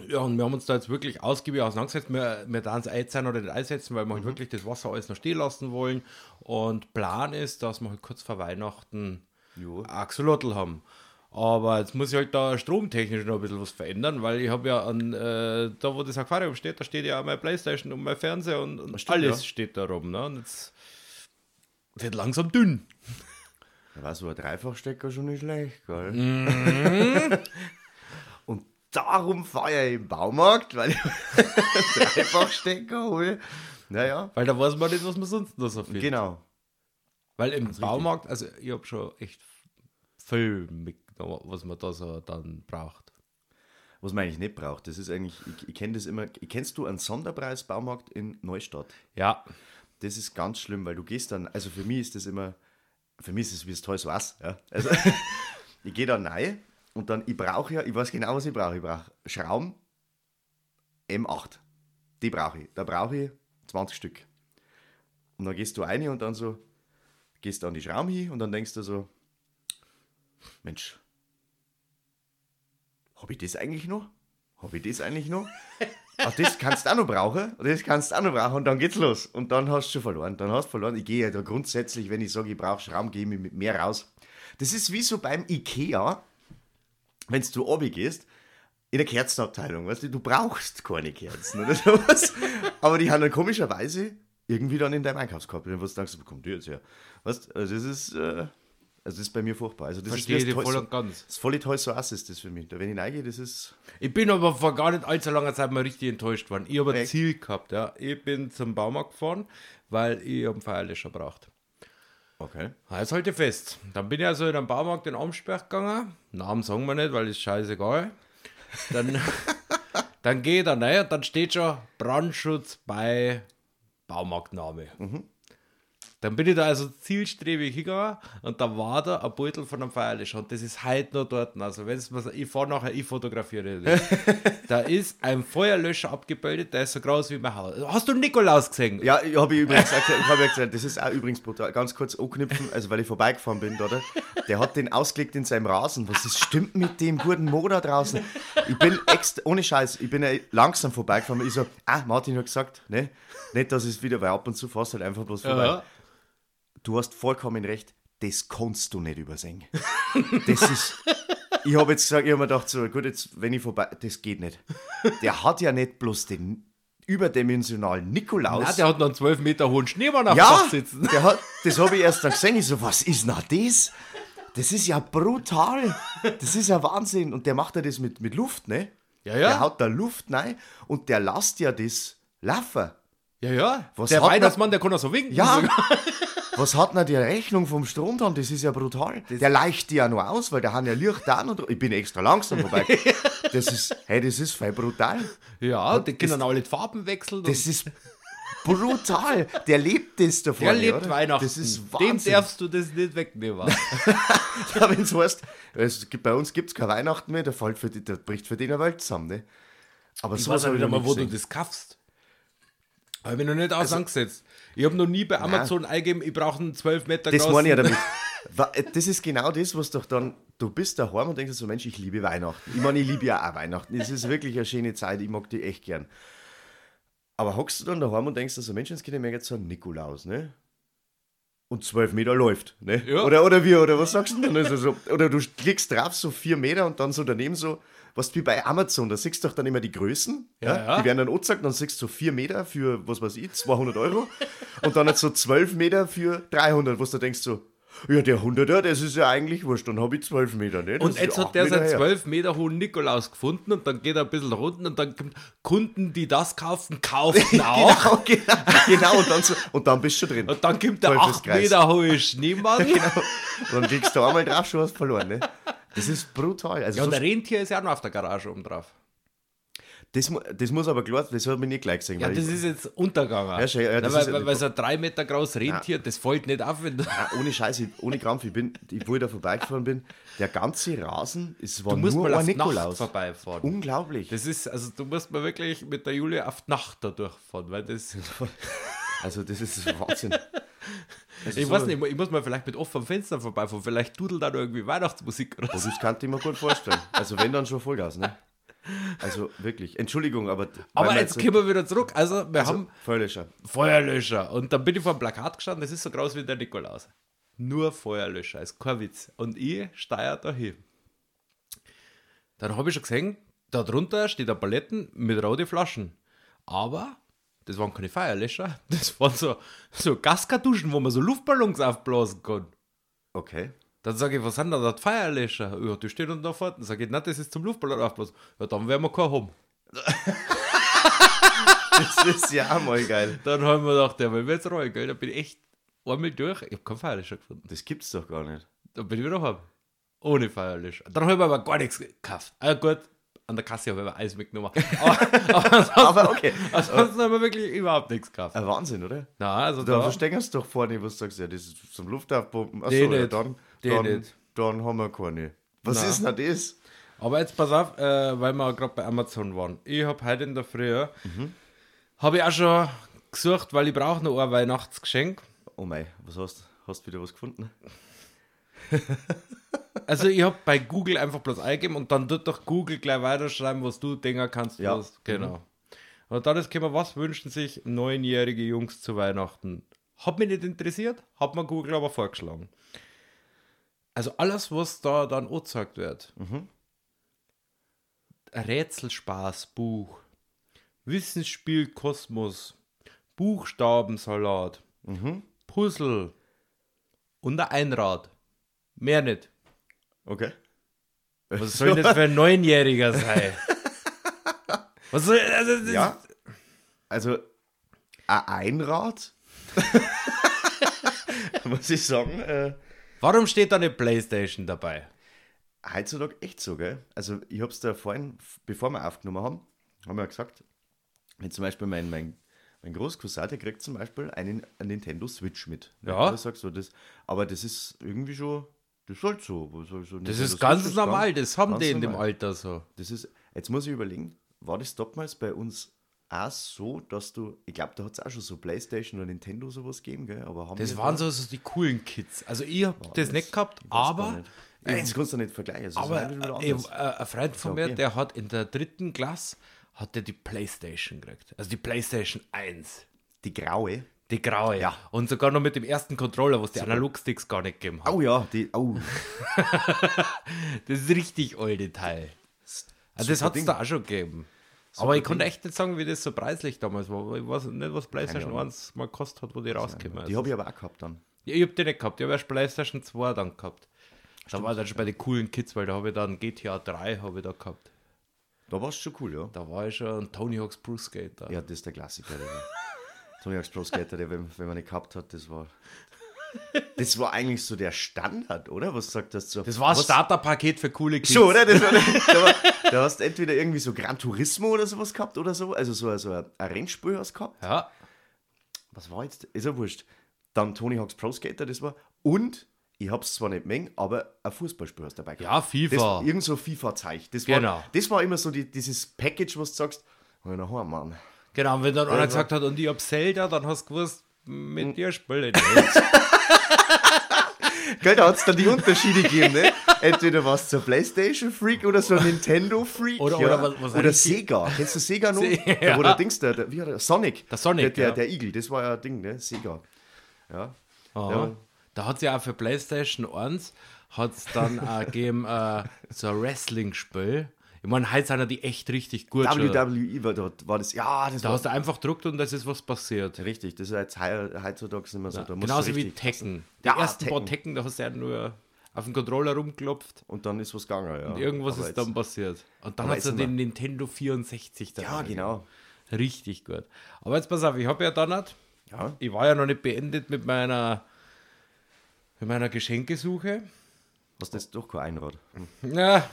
A: ja, und wir haben uns da jetzt wirklich ausgiebig auseinandergesetzt. Wir, wir da uns einsetzen oder nicht einsetzen, weil wir
B: Mhm.
A: halt wirklich das Wasser alles noch stehen lassen wollen. Und Plan ist, dass wir halt kurz vor Weihnachten
B: Jo.
A: Axolotl haben. Aber jetzt muss ich halt da stromtechnisch noch ein bisschen was verändern, weil ich habe ja an, äh, da wo das Aquarium steht, da steht ja auch meine Playstation und mein Fernseher und, und
B: Stimmt,
A: alles
B: ja.
A: steht da rum. Ne? Und jetzt wird langsam dünn.
B: Da war so ein Dreifachstecker schon nicht schlecht, gell? [LAUGHS] Und darum feiere ich im Baumarkt, weil ich einen Dreifachstecker hole. Naja,
A: Weil da weiß man nicht, was man sonst noch so findet.
B: genau.
A: Weil im Baumarkt, also ich habe schon echt viel mitgenommen, was man da so dann braucht.
B: Was man eigentlich nicht braucht, das ist eigentlich, ich, ich kenne das immer, kennst du einen Sonderpreis Baumarkt in Neustadt?
A: Ja.
B: Das ist ganz schlimm, weil du gehst dann, also für mich ist das immer, für mich ist es wie es tolles was. Ja? Also, [LAUGHS] ich gehe da rein und dann, ich brauche ja, ich weiß genau, was ich brauche. Ich brauche Schrauben M8. Die brauche ich. Da brauche ich 20 Stück. Und dann gehst du rein und dann so, gehst da an die Schrauben hin und dann denkst du so, Mensch, habe ich das eigentlich noch? Habe ich das eigentlich noch? Ach, das kannst du auch noch brauchen. Das kannst du auch noch brauchen. Und dann geht's los. Und dann hast du schon verloren. Dann hast du verloren. Ich gehe ja da grundsätzlich, wenn ich sage, ich brauche Schrauben, gehe ich mit mehr raus. Das ist wie so beim Ikea, wenn du obi gehst, in der Kerzenabteilung. Weißt du, du brauchst keine Kerzen oder [LAUGHS] sowas. Aber die haben dann komischerweise irgendwie dann in deinem Einkaufskorb. Und was denkst du, wo kommt die jetzt her? Weißt du, also das ist, äh, also das ist bei mir furchtbar. Also das
A: Verstehe
B: ist
A: ich
B: mir das
A: voll
B: Tollste-
A: und ganz.
B: Das volle Toy so Ass ist das für mich. Da, wenn ich reingehe, das ist.
A: Ich bin aber vor gar nicht allzu langer Zeit mal richtig enttäuscht worden. Ich habe ein
B: Echt?
A: Ziel gehabt, ja. Ich bin zum Baumarkt gefahren, weil ich einen Feuerlöscher braucht.
B: Okay.
A: Jetzt halte ich fest. Dann bin ich also in den Baumarkt in Amsberg gegangen. Namen sagen wir nicht, weil ist scheißegal. Dann, dann gehe ich da rein und dann steht schon Brandschutz bei Baumarktname. Dann bin ich da also zielstrebig hingegangen und da war da ein Beutel von einem Feierlöscher und das ist heute noch dort. Also wenn es ich fahre nachher, ich fotografiere das. da ist ein Feuerlöscher abgebildet, der ist so groß wie mein Haus. Hast du Nikolaus gesehen?
B: Ja, ich habe übrigens auch gesagt, ich hab ja gesagt, das ist auch übrigens brutal. Ganz kurz anknüpfen, also weil ich vorbeigefahren bin, oder? Der hat den ausgelegt in seinem Rasen. Was ist, stimmt mit dem guten Mo da draußen? Ich bin extra, ohne Scheiß, ich bin ja langsam vorbeigefahren. Ich so, ah, Martin hat gesagt, ne? Nicht, dass es wieder, weil ab und zu fährst halt einfach bloß vorbei.
A: Ja.
B: Du hast vollkommen recht, das kannst du nicht übersehen. Das ist. Ich habe jetzt gesagt, ich habe mir gedacht, so, gut, jetzt, wenn ich vorbei. Das geht nicht. Der hat ja nicht bloß den überdimensionalen Nikolaus.
A: Nein, der hat noch einen 12 Meter hohen Schneemann auf dem
B: Ja,
A: Dach sitzen.
B: Der hat, das habe ich erst dann gesehen. Ich so, was ist denn das? Das ist ja brutal. Das ist ja Wahnsinn. Und der macht ja das mit, mit Luft, ne?
A: Ja, ja.
B: Der haut da Luft rein und der lasst ja das laufen.
A: Ja, ja.
B: Was
A: der
B: hat man-
A: Weihnachtsmann, der kann auch so winken.
B: Ja.
A: sogar.
B: Also-
A: [LAUGHS]
B: Was hat denn die Rechnung vom Strom dann? Das ist ja brutal. der leicht die ja nur aus, weil der hat ja Licht an und ich bin extra langsam
A: [LAUGHS]
B: vorbei. das ist, hey, das ist voll brutal.
A: Ja, die können auch alle die Farben wechseln. und
B: Das ist brutal. Der lebt das davon.
A: der lebt
B: oder?
A: Weihnachten.
B: Das ist
A: Dem
B: Wahnsinn.
A: darfst du [LAUGHS] das nicht wegnehmen.
B: Ja, wenn's heißt, es gibt, bei uns gibt es kein Weihnachten mehr, da, fällt für die, da bricht für den eine Welt zusammen. Ne? Aber
A: Ich
B: so
A: weiß auch nicht einmal, wo du
B: gesehen.
A: das kaufst. Also- Habe ich mich noch nicht auseinandergesetzt. Ich habe noch nie bei Amazon eingegeben, ich brauche einen 12 Meter
B: Das meine ich
A: großen-
B: ja damit. Wa- Das ist genau das, was doch dann, du bist daheim und denkst dir so, Mensch, ich liebe Weihnachten. Ich meine, ich liebe ja auch Weihnachten. Es ist wirklich eine schöne Zeit, ich mag die echt gern. Aber hockst du dann daheim und denkst dir so, Mensch, jetzt geht mir jetzt so ein Nikolaus, ne? Und zwölf Meter läuft, ne?
A: Ja.
B: Oder, oder wie, oder was sagst du denn? Also so, oder du klickst drauf, so vier Meter und dann so daneben so, was wie bei Amazon, da siehst du doch dann immer die Größen,
A: Ja,
B: ja?
A: ja.
B: Die werden dann angezeigt, dann siehst du so 4 Meter halt für, was weiß ich, 200 Euro und dann jetzt so 12 Meter für 300, wo du denkst so, Ja, der 100er, das ist ja eigentlich wurscht, dann habe ich 12 Meter. Ne? Das
A: Und
B: ist ja
A: jetzt
B: acht
A: hat der
B: Meter
A: seinen
B: her.
A: 12 Meter hohen Nikolaus gefunden und dann geht er ein bisschen runter und dann kommt Kunden, die das kaufen, [LAUGHS] kaufen auch.
B: Genau, genau, [LAUGHS] genau. Und dann, so, und dann bist du drin.
A: Und dann kommt der
B: Teufelskreis.
A: 8 Meter hohe [LAUGHS] Schneemann.
B: Dann liegst du einmal drauf, schon hast du verloren. Ne? Das ist brutal. Also
A: Ja, und
B: so,
A: der Rentier ist ja auch noch auf der Garage oben drauf.
B: das, mu- das muss aber klar, das hat mich nicht gleich gesehen.
A: Ja,
B: weil
A: das
B: ich,
A: ist jetzt Unterganger.
B: Ja, schon, ja, das
A: weil,
B: ist ja-
A: weil, weil so ein 3 Meter großes Rentier, das fällt nicht auf, wenn du.
B: Ah, ohne Scheiß, ich, ohne Krampf, ich bin, ich, wo ich da vorbeigefahren bin, der ganze Rasen, es war
A: Du musst
B: nur
A: mal
B: ein
A: auf Nacht
B: Nikolaus. Um
A: vorbeifahren.
B: Unglaublich.
A: Das ist, also du musst mal wirklich mit der Julia auf die Nacht da durchfahren, weil das. [LAUGHS]
B: also, das ist Wahnsinn. Also
A: Ich
B: so-
A: weiß nicht, ich muss mal vielleicht mit offenem Fenster vorbeifahren, vielleicht dudelt da noch irgendwie Weihnachtsmusik oder
B: Das
A: so.
B: ist- kann ich mir gut vorstellen. Also, wenn dann schon Vollgas, ne? Also wirklich. Entschuldigung, aber.
A: Aber jetzt kommen wir wieder zurück. Also, wir haben
B: wir. Völlischer.
A: Feuerlöscher. Und dann bin ich vor dem Plakat gestanden, das ist so groß wie der Nikolaus. Nur Feuerlöscher, ist kein Witz. Und ich steuere da hin. Dann habe ich schon gesehen, da drunter steht ein Paletten mit roten Flaschen. Aber das waren keine Feuerlöscher, [LAUGHS] das waren so, so Gaskartuschen, wo man so Luftballons aufblasen kann.
B: Okay. [LAUGHS]
A: Dann sage ich, was sind denn das Feuerlöscher? Ja, die stehen unten da vorne. Dann sage ich, nein, das ist zum Luftballon aufblasen. Ja, dann werden wir keinen haben.
B: Das ist ja auch mal geil.
A: Dann haben wir gedacht, der will mir jetzt rein, gell? Da bin ich echt einmal durch. Ich habe keinen Feuerlöscher gefunden.
B: Das gibt's doch gar nicht.
A: Dann bin ich wieder heim. Ohne Feierlöscher. Dann habe ich mir aber gar nichts gekauft. Also gut, an der Kasse habe ich mir Eis mitgenommen. Aber, aber ansonsten, [LAUGHS]
B: Aber okay.
A: ansonsten haben wir wirklich überhaupt nichts gekauft.
B: Ein Wahnsinn, oder?
A: Nein, also
B: Da
A: da,
B: verstecken sie doch vorne, was du sagst. Ja, das ist zum Luftaufpumpen. Achso,
A: Den
B: ja,
A: nicht.
B: dann,
A: Den
B: dann,
A: nicht.
B: dann haben wir keine. Was
A: Nein.
B: ist denn das?
A: aber jetzt pass auf, äh, weil wir gerade bei Amazon waren. Ich habe heute in der Früh, habe ich auch schon gesucht, weil ich brauche noch ein Weihnachtsgeschenk.
B: Oh mein, was hast du? Hast du wieder was gefunden?
A: Also ich habe bei Google einfach bloß eingeben und dann tut doch Google gleich weiterschreiben, was du denken kannst.
B: Ja.
A: Was, genau. Und dann ist gekommen, was wünschen sich neunjährige Jungs zu Weihnachten? Hat mich nicht interessiert, hat mir Google aber vorgeschlagen. Also alles, was da dann angezeigt wird. Rätselspaß, Buch, Wissensspiel, Kosmos, Buchstabensalat, Puzzle und ein Einrad. Mehr nicht.
B: Okay.
A: Was
B: [LAUGHS]
A: soll das für ein Neunjähriger sein? Was soll, also das
B: Ja. Also, ein
A: [LAUGHS]
B: Einrad? Muss ich sagen, äh,
A: Warum steht da eine Playstation dabei?
B: heutzutage echt so, gell? Also, ich hab's da vorhin, f- bevor wir aufgenommen haben, haben wir ja gesagt, wenn zum Beispiel mein, mein, mein Großcousin, der kriegt zum Beispiel einen, einen Nintendo Switch mit. ne?
A: Ja.
B: Oder sagst du das? Aber das ist irgendwie schon, das ist halt so. was soll so
A: Das
B: Nintendo
A: ist ganz
B: Switch
A: normal,
B: ganz-
A: das haben
B: ganz
A: die in dem
B: normal.
A: Alter so.
B: Das ist, jetzt muss ich überlegen, war das damals bei uns auch so, dass du, ich glaube, da hat es auch schon so Playstation oder Nintendo sowas gegeben, gell? Aber haben
A: Das
B: wir
A: waren so,
B: da-
A: so die coolen Kids. Also ich hab das,
B: das-
A: nicht gehabt,
B: Ich weiß gar
A: aber,
B: nicht. Ja, das kannst du nicht vergleichen. Das ist ein bisschen
A: aber äh,
B: anders.
A: ich- äh, ein Freund von
B: ja
A: mir,
B: okay.
A: der hat in der dritten Klasse, hat der die Playstation gekriegt. Also die Playstation 1.
B: die graue.
A: Die graue.
B: Ja.
A: Und sogar noch mit dem ersten Controller, was die Analogsticks gar nicht gegeben hat.
B: Oh ja, die.
A: [LAUGHS]
B: Oh,
A: Das ist richtig alte Teil. Also das
B: Super
A: hat es
B: Ding.
A: da auch schon gegeben. Aber ich
B: Ding.
A: konnte echt nicht sagen, wie das so preislich damals war. weil Ich weiß nicht, was PlayStation
B: Ahnung.
A: 1 mal gekostet hat, wo die rausgekommen ist.
B: die habe ich aber auch gehabt dann.
A: Ja, ich hab die nicht gehabt. Ich habe erst PlayStation 2 dann gehabt. Da war ich dann schon bei den coolen Kids, weil da habe ich dann GTA 3 habe ich da gehabt.
B: Da war es schon cool, ja.
A: Da war ich schon und Tony Hawk's Bruce Skater.
B: Ja, das ist der Klassiker. Der
A: [LAUGHS]
B: Tony Hawk's Pro Skater, der, wenn, wenn man nicht gehabt hat, das war. Das war eigentlich so der Standard, oder? Was sagt das so?
A: Das war das
B: was-
A: Starterpaket für coole Kids.
B: Schon, oder?
A: [LAUGHS]
B: Das war, da, war, da hast du entweder irgendwie so Gran Turismo oder sowas gehabt oder so. Also so, so ein, ein Rennspiel hast du gehabt.
A: Ja.
B: Was war jetzt? Ist ja wurscht. Dann Tony Hawk's Pro Skater, das war. Und, ich hab's zwar nicht mengen, aber ein Fußballspiel hast du dabei
A: Ja, FIFA.
B: Das, irgend so ein FIFA-Zeich. Das, war-
A: Genau.
B: das war immer so die, dieses Package, was du sagst. Und dann, oh Mann.
A: Genau, und wenn dann einer
B: war-
A: gesagt hat, und ich hab Zelda, dann hast du gewusst, mit dir spiele ich nicht.
B: Gell, da hat's dann die Unterschiede gegeben, ne? Entweder warst du so ein Playstation-Freak oder so ein Nintendo-Freak.
A: Oder-
B: ja.
A: oder was- was
B: oder
A: eigentlich-
B: Sega. Kennst du
A: [LAUGHS]
B: Sega noch?
A: Se-
B: Da wo der Dings, der, der, wie hat er, Sonic.
A: Der Sonic,
B: Der, der,
A: ja.
B: der Igel, das war ja ein Ding, ne? Sega. Ja.
A: Ja. Da hat es ja auch für
B: [LAUGHS]
A: PlayStation 1 hat's dann auch gegeben, äh, so ein äh, Wrestling-Spiel. Ich meine, heute sind ja die echt richtig gut. schon.
B: WWE E war dort, war das, ja, das
A: Da
B: war
A: hast du einfach gedruckt und das ist was passiert.
B: richtig, das ist jetzt heu- heutzutage nicht mehr so. da musst du
A: Genauso wie
B: richtig,
A: Tekken. Der
B: Ja,
A: ersten paar
B: Tekken.
A: Tekken, da hast du ja nur auf den Controller rumgeklopft
B: Und dann ist was gegangen, ja.
A: und irgendwas
B: Aber
A: ist
B: jetzt-
A: dann passiert. Und dann
B: Aber
A: hat ja
B: jetzt sind
A: den Nintendo 64 da.
B: Ja, genau.
A: Richtig gut. Aber jetzt pass auf, ich habe ja dann nicht,
B: Ja.
A: ich war ja noch nicht beendet mit meiner, mit meiner Geschenkesuche.
B: Hast das doch
A: [LAUGHS]
B: kein Einrad.
A: Ja,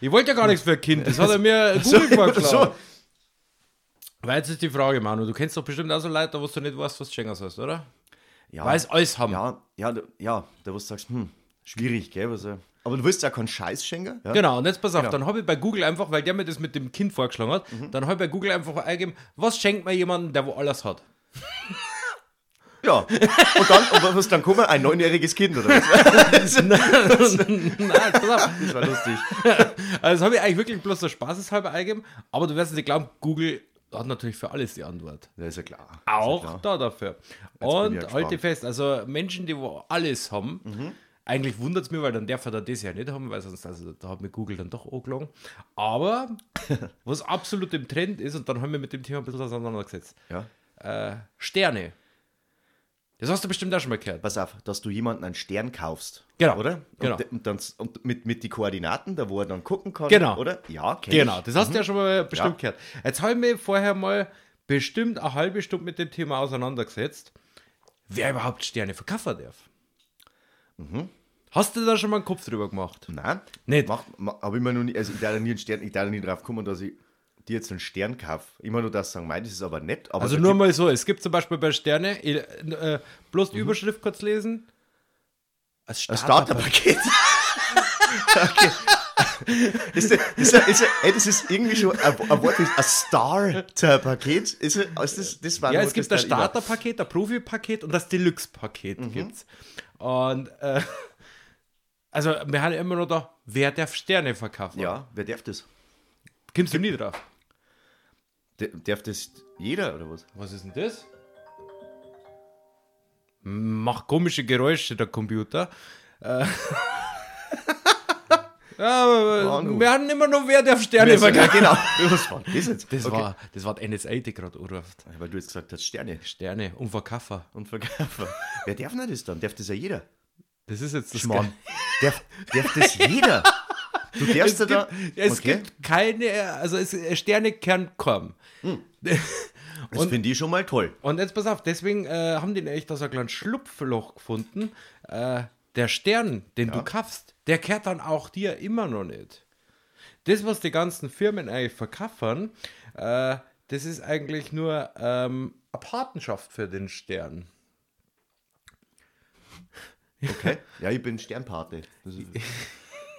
A: ich wollte ja gar nichts für ein Kind, das hat er
B: [LAUGHS]
A: mir Google gemacht. klar. Weil jetzt ist die Frage, Manu, du kennst doch bestimmt auch so Leute, wo du nicht weißt, was du schenken sollst, oder?
B: Ja.
A: Weil sie alles haben.
B: Ja, ja, da- ja, da wo du sagst, hm, schwierig, gell? Also, aber du willst ja keinen Scheiß schenken. Ja?
A: Genau, und jetzt pass auf, dann habe ich bei Google einfach, weil der mir das mit dem Kind vorgeschlagen hat,
B: Mhm.
A: dann habe ich bei Google einfach eingegeben, was schenkt mir jemanden, der wo alles hat? [LAUGHS]
B: Ja. Und dann, und was ist dann kommen? Ein neunjähriges Kind oder was?
A: Nein, pass auf.
B: Das war lustig.
A: Also das habe ich eigentlich wirklich bloß der Spaßeshalber eingegeben, aber du wirst es nicht glauben, Google hat natürlich für alles die Antwort.
B: Ja, ist ja klar.
A: Auch
B: Ist ja klar.
A: da dafür.
B: bin ich
A: und
B: ja
A: halte
B: gespannt.
A: fest, also Menschen, die wo alles haben, eigentlich wundert es mich, weil dann darf er da das ja nicht haben, weil sonst, also da hat mir Google dann doch angelogen.
B: [LAUGHS]
A: Aber was absolut im Trend ist, und dann haben wir mit dem Thema ein bisschen auseinandergesetzt,
B: Ja.
A: äh, Sterne. Das hast du bestimmt auch schon mal gehört.
B: Pass auf, dass du jemanden einen Stern kaufst.
A: Genau,
B: Oder? Und,
A: genau.
B: de- Und, dann, s- und mit, mit die Koordinaten, da wo er dann gucken kann.
A: Genau.
B: Oder? Ja, kenn
A: Genau,
B: ich.
A: das hast du ja schon mal bestimmt
B: Mhm. Ja.
A: gehört. Jetzt habe ich mich vorher mal bestimmt eine halbe Stunde mit dem Thema auseinandergesetzt, wer überhaupt Sterne verkaufen darf.
B: Mhm.
A: Hast du da schon mal einen Kopf drüber gemacht?
B: Nein.
A: Nicht.
B: Mach, mach, hab ich mir noch nie, also ich darf nie einen Stern, ich darf nie drauf kommen, dass ich dir jetzt einen Stern kaufe. Immer nur das sagen, mein, das ist aber nett. Aber
A: Also
B: da
A: nur
B: gibt-
A: mal so, es gibt zum Beispiel bei Sterne, äh, äh, bloß die Überschrift kurz lesen. Als
B: ein [LAUGHS] Starterpaket. okay. ist, das- ist, das- ist, das- ey, das ist irgendwie schon ein, ein Wort, ein Starterpaket. Ist, das- ist das, das war
A: Ja,
B: ein
A: es
B: Wort,
A: gibt
B: das
A: das
B: da immer-
A: Starterpaket, das Profi-Paket und das Deluxe-Paket
B: Mhm.
A: gibt's. Und äh, [LAUGHS] also wir haben immer noch da, wer darf Sterne verkaufen?
B: Ja, wer darf das?
A: Kommst du nie drauf?
B: D- Darf das jeder oder was?
A: Was ist denn das? Macht komische Geräusche, der Computer. Äh. [LAUGHS] ja, aber
B: War gut.
A: wir haben immer noch Wert auf Sterne
B: ja,
A: verkauft.
B: genau. Was war das jetzt?
A: Das,
B: Okay.
A: war, das war die NSA, die gerade anruft.
B: Weil du jetzt gesagt hast, Sterne
A: Sterne und Verkaufer.
B: und Verkäufer. Wer darf denn das dann? Darf das ja jeder?
A: Das ist jetzt das
B: Schmarrn.
A: Ge-
B: Darf, darf das jeder? Du
A: Es,
B: darfst ja
A: gibt,
B: da.
A: es gibt keine, also es, Sterne kann kommen.
B: das finde ich schon mal toll.
A: Und jetzt pass auf, deswegen äh, haben die echt aus einem kleinen Schlupfloch gefunden. Äh, der Stern, den du kaufst, der kehrt dann auch dir immer noch nicht. Das, was die ganzen Firmen eigentlich verkaufen, äh, das ist eigentlich nur ähm, eine Patenschaft für den Stern.
B: Okay. Ja, ich bin Sternpate. Das ist,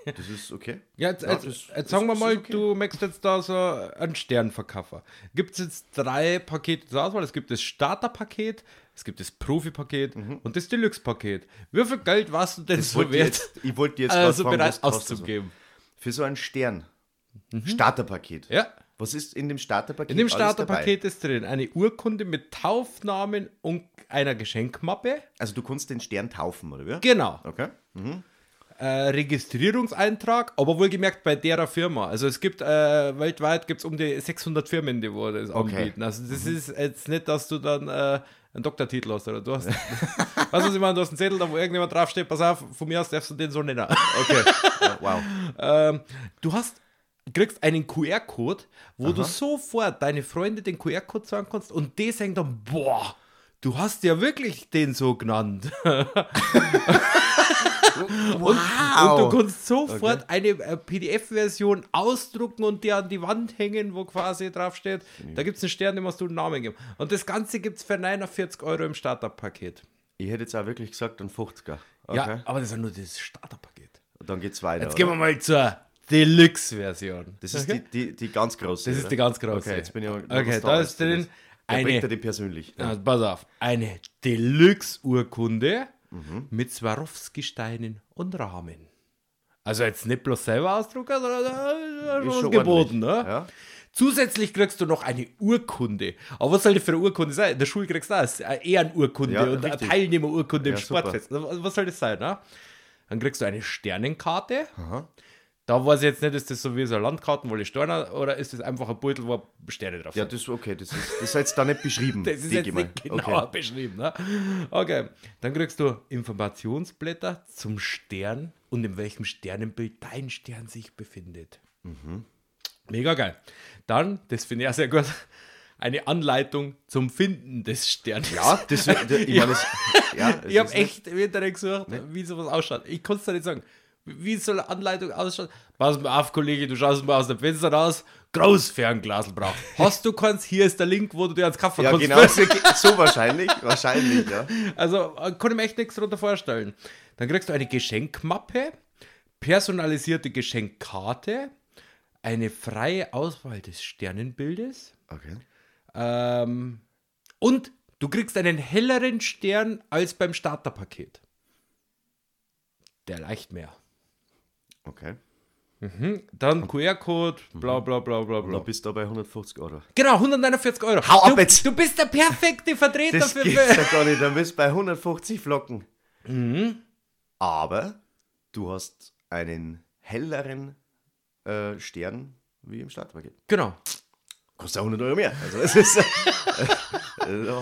B: das ist okay.
A: Ja, jetzt,
B: Ja,
A: jetzt,
B: das-
A: jetzt
B: das-
A: sagen wir
B: das
A: mal,
B: ist okay.
A: du möchtest jetzt da so einen Sternverkäufer. Gibt es jetzt drei Pakete zur Auswahl? Es gibt das Starterpaket, es gibt das Profi-Paket und das Deluxe-Paket. Wie viel Geld warst du denn so
B: Mhm. wollte
A: wert?
B: jetzt- ich wollte dir jetzt gerade
A: also
B: fragen,
A: bereit
B: was kostet das?
A: auszugeben.
B: Für so einen Stern. Starterpaket.
A: Ja.
B: Was ist in dem Starterpaket?
A: In dem
B: alles dabei?
A: Starterpaket ist drin eine Urkunde mit Taufnamen und einer Geschenkmappe.
B: Also du kannst den Stern taufen, oder wie?
A: Genau.
B: Okay.
A: Äh, Registrierungseintrag, aber wohlgemerkt bei derer Firma. Also es gibt äh, weltweit gibt's um die 600 Firmen, die wo das anbieten. Also das ist jetzt nicht, dass du dann äh, einen Doktortitel hast oder du hast. [LAUGHS] was weiß ich meine, du hast einen Zettel, da wo irgendjemand draufsteht, pass auf, von mir aus darfst du den so nennen. [LAUGHS]
B: Okay. Ja, wow.
A: Ähm, du hast, kriegst einen QR-Code, wo du sofort deine Freunde den QR-Code sagen kannst und die sagen dann, boah, du hast ja wirklich den so genannt.
B: Wow.
A: Und du kannst sofort eine äh, PDF-Version ausdrucken und dir an die Wand hängen, wo quasi draufsteht, da gibt es einen Stern, dem hast du einen Namen geben. Und das Ganze gibt es für 49 Euro im Starterpaket.
B: ich hätte jetzt auch wirklich gesagt, dann 50er. Okay.
A: Ja, aber das ist ja nur das Starterpaket.
B: Und dann geht's weiter.
A: Jetzt
B: oder?
A: gehen wir mal zur Deluxe-Version.
B: Das ist die, die, die ganz große.
A: Das
B: oder?
A: ist die ganz große.
B: Okay, jetzt bin ich mal-
A: Okay,
B: was
A: da ist
B: denn
A: drin
B: jetzt? Der bringt er
A: eine,
B: den persönlich.
A: na, pass auf, eine Deluxe-Urkunde
B: Mhm.
A: mit Swarovski-Steinen und Rahmen. Also jetzt nicht bloß selber ausdrucken, sondern da ist
B: Ist
A: schon was
B: schon
A: geboten.
B: ordentlich,
A: Ne?
B: ja.
A: Zusätzlich kriegst du noch eine Urkunde. Aber was soll das für eine Urkunde sein? In der Schule kriegst du das. Eine Ehrenurkunde
B: Ja,
A: und eine
B: richtig.
A: Teilnehmerurkunde im
B: Ja, super.
A: Sportfest. Also Was soll das sein? Ne? Dann kriegst du eine Sternenkarte. Da weiß ich jetzt nicht, ist das so wie so eine Landkarten, wo ich Steine oder ist das einfach ein Beutel, wo Sterne drauf
B: Ja,
A: sind?
B: das ist okay, das ist, das ist jetzt da nicht beschrieben.
A: [LAUGHS] Das ist
B: denke
A: jetzt
B: ich mal.
A: nicht genauer
B: Okay.
A: beschrieben. Ne? Okay, dann kriegst du Informationsblätter zum Stern und in welchem Sternenbild dein Stern sich befindet.
B: Mhm.
A: Mega geil. Dann, das finde ich auch sehr gut, eine Anleitung zum Finden des Sternes.
B: Ja, das,
A: [LAUGHS]
B: wär- ich
A: Ja.
B: meine, es- ja, es
A: Ich habe
B: ist nicht-
A: echt im Internet gesucht, wie sowas ausschaut. Ich konnte es dir nicht sagen. Wie soll eine Anleitung ausschauen? Pass mal auf, Kollege, du schaust mal aus dem Fenster raus. Großfernglas
B: [LAUGHS]
A: braucht. Hast du keins? Hier ist der Link, wo du dir ans Kaffee
B: Ja,
A: kannst.
B: genau, so, so wahrscheinlich, wahrscheinlich, ja.
A: Also äh, kann ich mir echt nichts darunter vorstellen. Dann kriegst du eine Geschenkmappe, personalisierte Geschenkkarte, eine freie Auswahl des Sternenbildes
B: Okay.
A: ähm, und du kriegst einen helleren Stern als beim Starterpaket. Der leicht mehr.
B: Okay.
A: Dann QR-Code,
B: Mhm.
A: bla bla bla bla
B: Du
A: bla.
B: bist da bei 150 Euro.
A: Genau, 149 Euro.
B: Hau ab
A: du,
B: jetzt!
A: du bist der perfekte Vertreter
B: Das
A: für.
B: geht's ja gar nicht, dann bist du bei 150 Flocken. Aber du hast einen helleren äh, Stern wie im Startpaket.
A: Genau.
B: Kostet auch 100 Euro mehr. Also es ist [LAUGHS] äh, äh,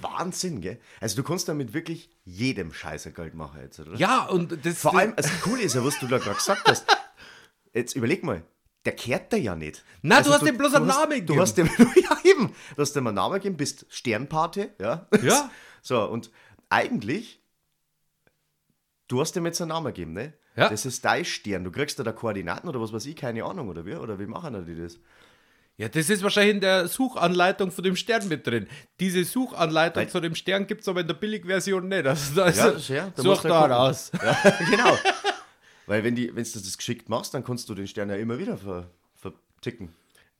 B: Wahnsinn, gell? Also du kannst damit wirklich jedem Scheiße Geld machen jetzt, oder?
A: Ja, und das
B: Vor allem, also, das Coole ist ja, was du da gerade gesagt hast. Jetzt überleg mal, der kehrt da ja nicht.
A: Nein, du hast dem bloß einen
B: hast-
A: Namen gegeben.
B: Du hast dem, [LAUGHS] ja eben, du hast dem einen Namen gegeben, bist Sternpate, ja.
A: Ja.
B: [LAUGHS] So, und eigentlich, du hast dem jetzt einen Namen gegeben, ne?
A: Ja.
B: Das ist dein Stern. Du kriegst da, da Koordinaten oder was weiß ich, keine Ahnung, oder wie? Oder wie machen da die
A: [LAUGHS]
B: das?
A: Ja, das ist wahrscheinlich in der Suchanleitung von dem Stern mit drin. Diese Suchanleitung
B: Weil-
A: zu dem Stern gibt es aber in der Billigversion nicht. Also, da ist
B: Ja, das- ja, da
A: such
B: musst du
A: da
B: halt gucken.
A: raus.
B: Ja, [LAUGHS] genau. Weil wenn, die, wenn du das geschickt machst, dann kannst du den Stern ja immer wieder ver, verticken.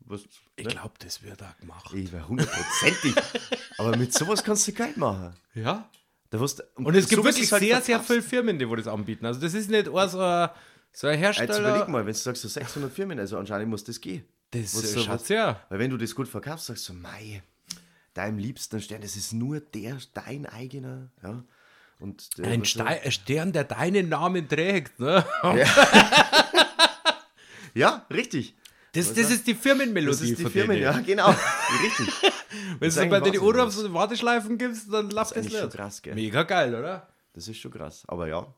B: Was,
A: Ich glaube, das wird auch gemacht.
B: Ich war hundertprozentig. Aber mit sowas kannst du Geld machen.
A: Ja.
B: Da wirst,
A: Und es gibt wirklich
B: halt
A: sehr, sehr viele Firmen, die wo das anbieten. Also das ist nicht auch so ein, so ein
B: Jetzt überleg
A: Hersteller.
B: mal, wenn du sagst, so 600 Firmen, also anscheinend muss das gehen.
A: Das
B: Was
A: äh,
B: so-
A: schaut's her.
B: Weil wenn du das gut verkaufst, sagst du, mei, deinem liebsten Stern, das ist nur der, dein eigener. Ja. Und der,
A: Ein
B: was so-
A: Ste- ein Stern, der deinen Namen trägt. Ne?
B: Ja, richtig.
A: Das, das ist die Firmenmelodie.
B: Das ist die
A: von
B: Firmen,
A: denen. [LAUGHS]
B: ja, genau. richtig.
A: Wenn
B: ist
A: du bei
B: eigentlich
A: den
B: Wahnsinn,
A: Urlaubs- und Warteschleifen gibst, dann läuft das
B: eigentlich schon
A: nicht.
B: krass, gell?
A: Mega geil, oder?
B: Das ist schon krass. Aber ja.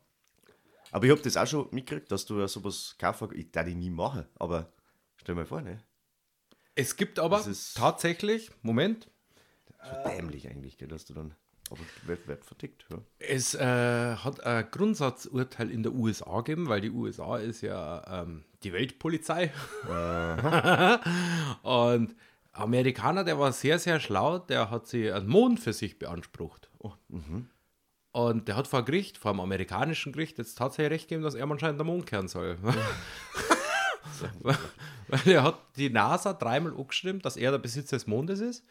B: Aber ich habe das auch schon mitgekriegt, dass du ja sowas kaufen Ich darf ich nie machen, aber stell mal vor, ne?
A: Es gibt aber
B: Das ist-
A: tatsächlich, Moment,
B: So dämlich eigentlich, gell, dass du dann aber Wettbewerb vertickt. Ja.
A: Es äh, hat ein Grundsatzurteil in der USA gegeben, weil die USA ist ja ähm, die Weltpolizei. [LAUGHS] Und Amerikaner, der war sehr, sehr schlau, der hat sich einen Mond für sich beansprucht. Und der hat vor Gericht, vor einem amerikanischen Gericht, jetzt tatsächlich recht gegeben, dass er anscheinend der Mond kehren soll. [LAUGHS] weil weil er hat die NASA dreimal angeschrieben, dass er der Besitzer des Mondes ist.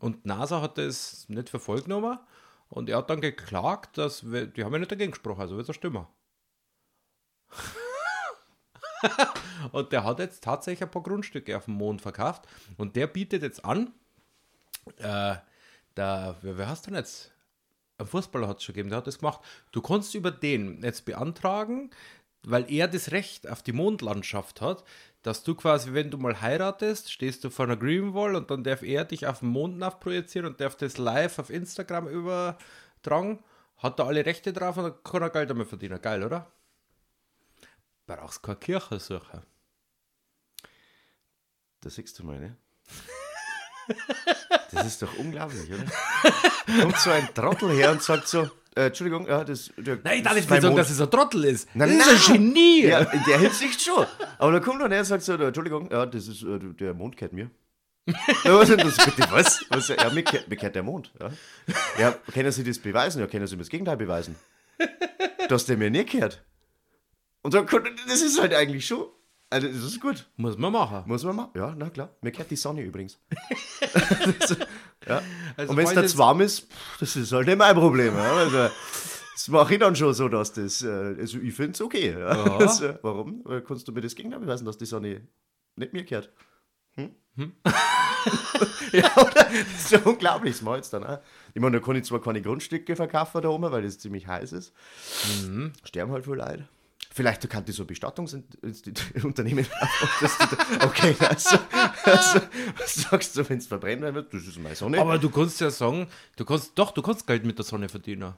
A: Und NASA hat das nicht für voll genommen. Und er hat dann geklagt, dass wir, die haben ja nicht dagegen gesprochen, also wird es stimmen. [LAUGHS] und der hat jetzt tatsächlich ein paar Grundstücke auf dem Mond verkauft. Und der bietet jetzt an, äh, der, wer, wer hast du denn jetzt? Ein Fußballer hat es schon gegeben, der hat das gemacht. Du kannst über den jetzt beantragen, weil er das Recht auf die Mondlandschaft hat, dass du quasi, wenn du mal heiratest, stehst du vor einer Greenwall und dann darf er dich auf den Mond nachprojizieren und darf das live auf Instagram übertragen. Hat da alle Rechte drauf und dann kann er Geld damit verdienen. Geil, oder? Brauchst keine Kirche suchen.
B: Das siehst du mal, ne? Das ist doch unglaublich, oder? Da kommt so ein Trottel her und sagt so, äh, Entschuldigung, ja, das, der,
A: Nein, ich darf
B: das
A: jetzt
B: ist mein
A: nicht sagen,
B: Mond.
A: dass es ein Trottel ist.
B: Na,
A: das ist
B: na.
A: ein Genie.
B: Ja, in der Hinsicht schon. Aber da kommt dann her und sagt so, äh, Entschuldigung, ja, das ist, äh, der Mond kennt mir. ja, was, denn das, bitte, was? was? Ja, mir kennt, mir kennt der Mond. Ja. ja, können Sie das beweisen? Ja, können Sie mir das Gegenteil beweisen? Dass der mir nicht kennt. Und dann kommt, das ist halt eigentlich schon, also das ist gut.
A: Muss man machen.
B: Muss man machen? Ja, na klar. Mir kennt die Sonne übrigens.
A: Also
B: Und wenn
A: falls
B: es jetzt
A: jetzt-
B: warm ist, pff, das ist halt nicht mein Problem. Ja? Also, das mache ich dann schon so, dass das. äh, Also, ich finde es okay. Ja? [LAUGHS] Also, warum? Weil Kannst du mir das Gegenteil beweisen, dass die Sonne nicht mir gehört?
A: Hm?
B: Hm? [LAUGHS] ja, oder? Das ist ja unglaublich, das mache ich jetzt dann auch. Ich meine, da kann
A: Mhm.
B: ich zwar keine Grundstücke verkaufen da oben, weil das ziemlich heiß ist. Sterben halt viel Leute. Vielleicht kann die so ein Bestattungsunternehmen [LAUGHS] Okay, also, also, was sagst du, wenn es verbrennen wird? Das ist meine Sonne.
A: Aber du kannst ja sagen, du kannst, doch, du kannst Geld mit der Sonne verdienen.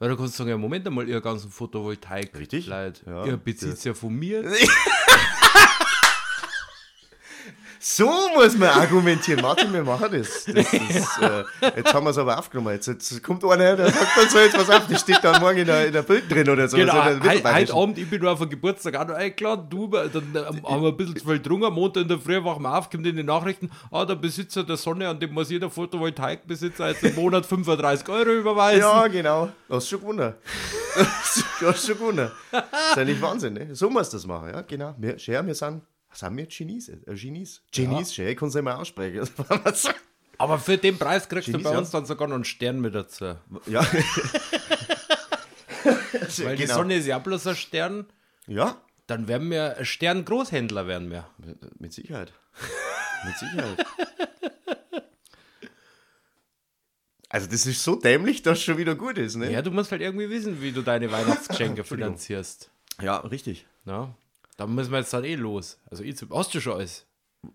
A: Weil du kannst sagen, ja, Moment einmal, ihr ganzen Photovoltaik.
B: Richtig.
A: Leid.
B: Ja. Genau.
A: ihr bezieht ja von mir. Also,
B: so muss man argumentieren. Martin, wir machen das.
A: [LAUGHS]
B: das ist, äh, jetzt haben wir es aber aufgenommen. Jetzt, jetzt kommt einer, der sagt dann so etwas ab. Das steht dann morgen in der, in der Bild drin oder so.
A: Genau,
B: so in der
A: heute
B: Mittelbayerischen.
A: heute Abend, ich bin nur auf den Geburtstag auch noch eingeladen, du, dann äh, haben wir ein bisschen zu viel getrunken, Montag in der Früh wachen wir auf, kommt in die Nachrichten, ah, der Besitzer der Sonne, an dem muss jeder Photovoltaikbesitzer jetzt im Monat [LAUGHS] 35 Euro überweisen.
B: Ja, genau. Hast schon [LAUGHS] gewonnen. Hast schon gewonnen. Das ist eigentlich Wahnsinn, ne? So musst du das machen, ja, genau. Wir, schön, wir sind, sind wir Chinesen? Äh, Chinesen? Chinesen, schön, ich kann es nicht mehr aussprechen. [LAUGHS] Also, wenn man so-
A: Aber für den Preis kriegst
B: Genies,
A: du bei
B: ja.
A: uns dann sogar noch einen Stern mit dazu.
B: ja.
A: Weil die
B: Genau.
A: Sonne ist ja bloß ein Stern,
B: Ja,
A: dann werden wir ein Stern-Großhändler werden wir.
B: mit- mit [LAUGHS] Sicherheit. Mit Sicherheit. Also das ist so dämlich, dass es schon wieder gut ist, ne?
A: Ja, du musst halt irgendwie wissen, wie du deine
B: [LAUGHS]
A: Weihnachtsgeschenke finanzierst.
B: ja richtig.
A: Na? Da müssen wir jetzt dann eh los. Also, ich, hast du schon alles?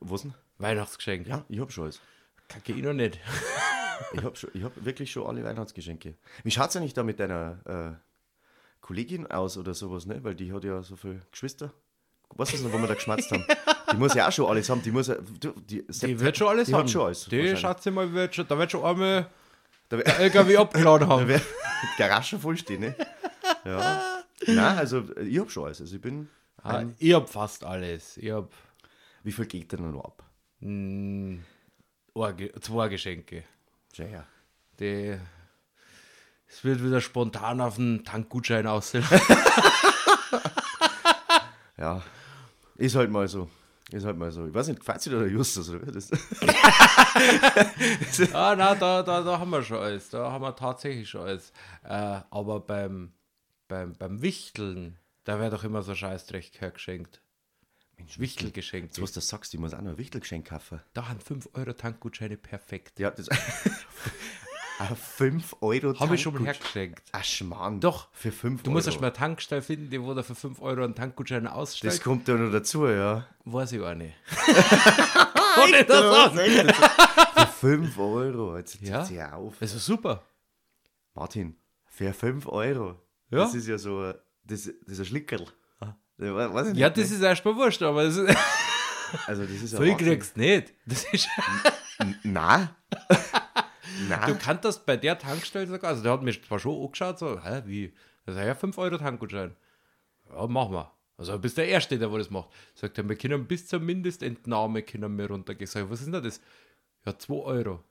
B: Was denn?
A: Weihnachtsgeschenk?
B: Ja, ich hab schon alles.
A: Kacke, ich noch nicht.
B: Ich habe hab wirklich schon alle Weihnachtsgeschenke. Wie schaut es eigentlich da mit deiner äh, Kollegin aus oder sowas, ne? Weil die hat ja so viele Geschwister. Weißt du das noch, wo wir da geschmatzt haben? Die muss ja auch schon alles haben. Die muss ja, du, die,
A: Die wird schon alles
B: die
A: haben.
B: Hat schon alles,
A: die Schatze mal wird schon, da wird schon einmal
B: Da
A: der
B: [LAUGHS]
A: LKW abgeladen haben.
B: wird die Garage schon voll stehen, ne? Ja. Nein, also ich habe schon alles. Also ich bin.
A: Ah, ich hab fast alles. Ich hab
B: Wie viel geht denn noch ab?
A: ein Ge- zwei Geschenke.
B: Ja, ja.
A: Die, es wird wieder spontan auf den Tankgutschein aussehen. [LAUGHS]
B: Ja. Ist halt mal so. Ist halt mal so. Ich weiß nicht, gefällt dir der Justus, oder? Das,
A: ah, na, da, da, da haben wir schon alles. Da haben wir tatsächlich schon alles. Äh, aber beim, beim, beim Wichteln, da wird doch immer so Scheißdreck hergeschenkt.
B: Mensch,
A: Wichtel geschenkt.
B: jetzt, was du das sagst, ich muss auch noch ein Wichtelgeschenk kaufen.
A: Da haben 5 Euro Tankgutscheine perfekt.
B: Ja, das. [LAUGHS] Ein 5 Euro
A: Habe ich schon mal
B: Tankgutsch-
A: hergeschenkt.
B: Ach, Schmarrn.
A: Doch.
B: Für 5
A: Du
B: Euro.
A: musst erst mal einen Tankstall finden, die wo da für 5 Euro einen Tankgutschein
B: Das
A: ausstellt.
B: kommt ja noch dazu, ja.
A: Weiß ich auch nicht. [LAUGHS] Kann ich das sagen?
B: Für 5 Euro. Jetzt
A: Ah. Ja.
B: ja. sie auf.
A: Das ist super.
B: Martin, für 5 Euro.
A: Ja. Ah.
B: Das ist ja so ein- das, das ist ein Schlickerl. Ja, we- weiß ich
A: Ja,
B: nicht,
A: das
B: ne?
A: ist erstmal wurscht, aber das [LAUGHS] ist,
B: Also, das ist ja.
A: viel
B: Wahnsinn.
A: kriegst du nicht. Das ist,
B: N-
A: [LAUGHS]
B: Nein. Nein.
A: du kannst das bei der Tankstelle sogar, also der hat mich zwar schon angeschaut, so, hä, wie? Das ist ja 5 Euro Tankgutschein. Ja, machen wir. Also bist der Erste, der wo das macht. Sagt er, wir können bis zur Mindestentnahme können wir runtergehen. Sag ich, was ist denn das? Ja, 2 Euro.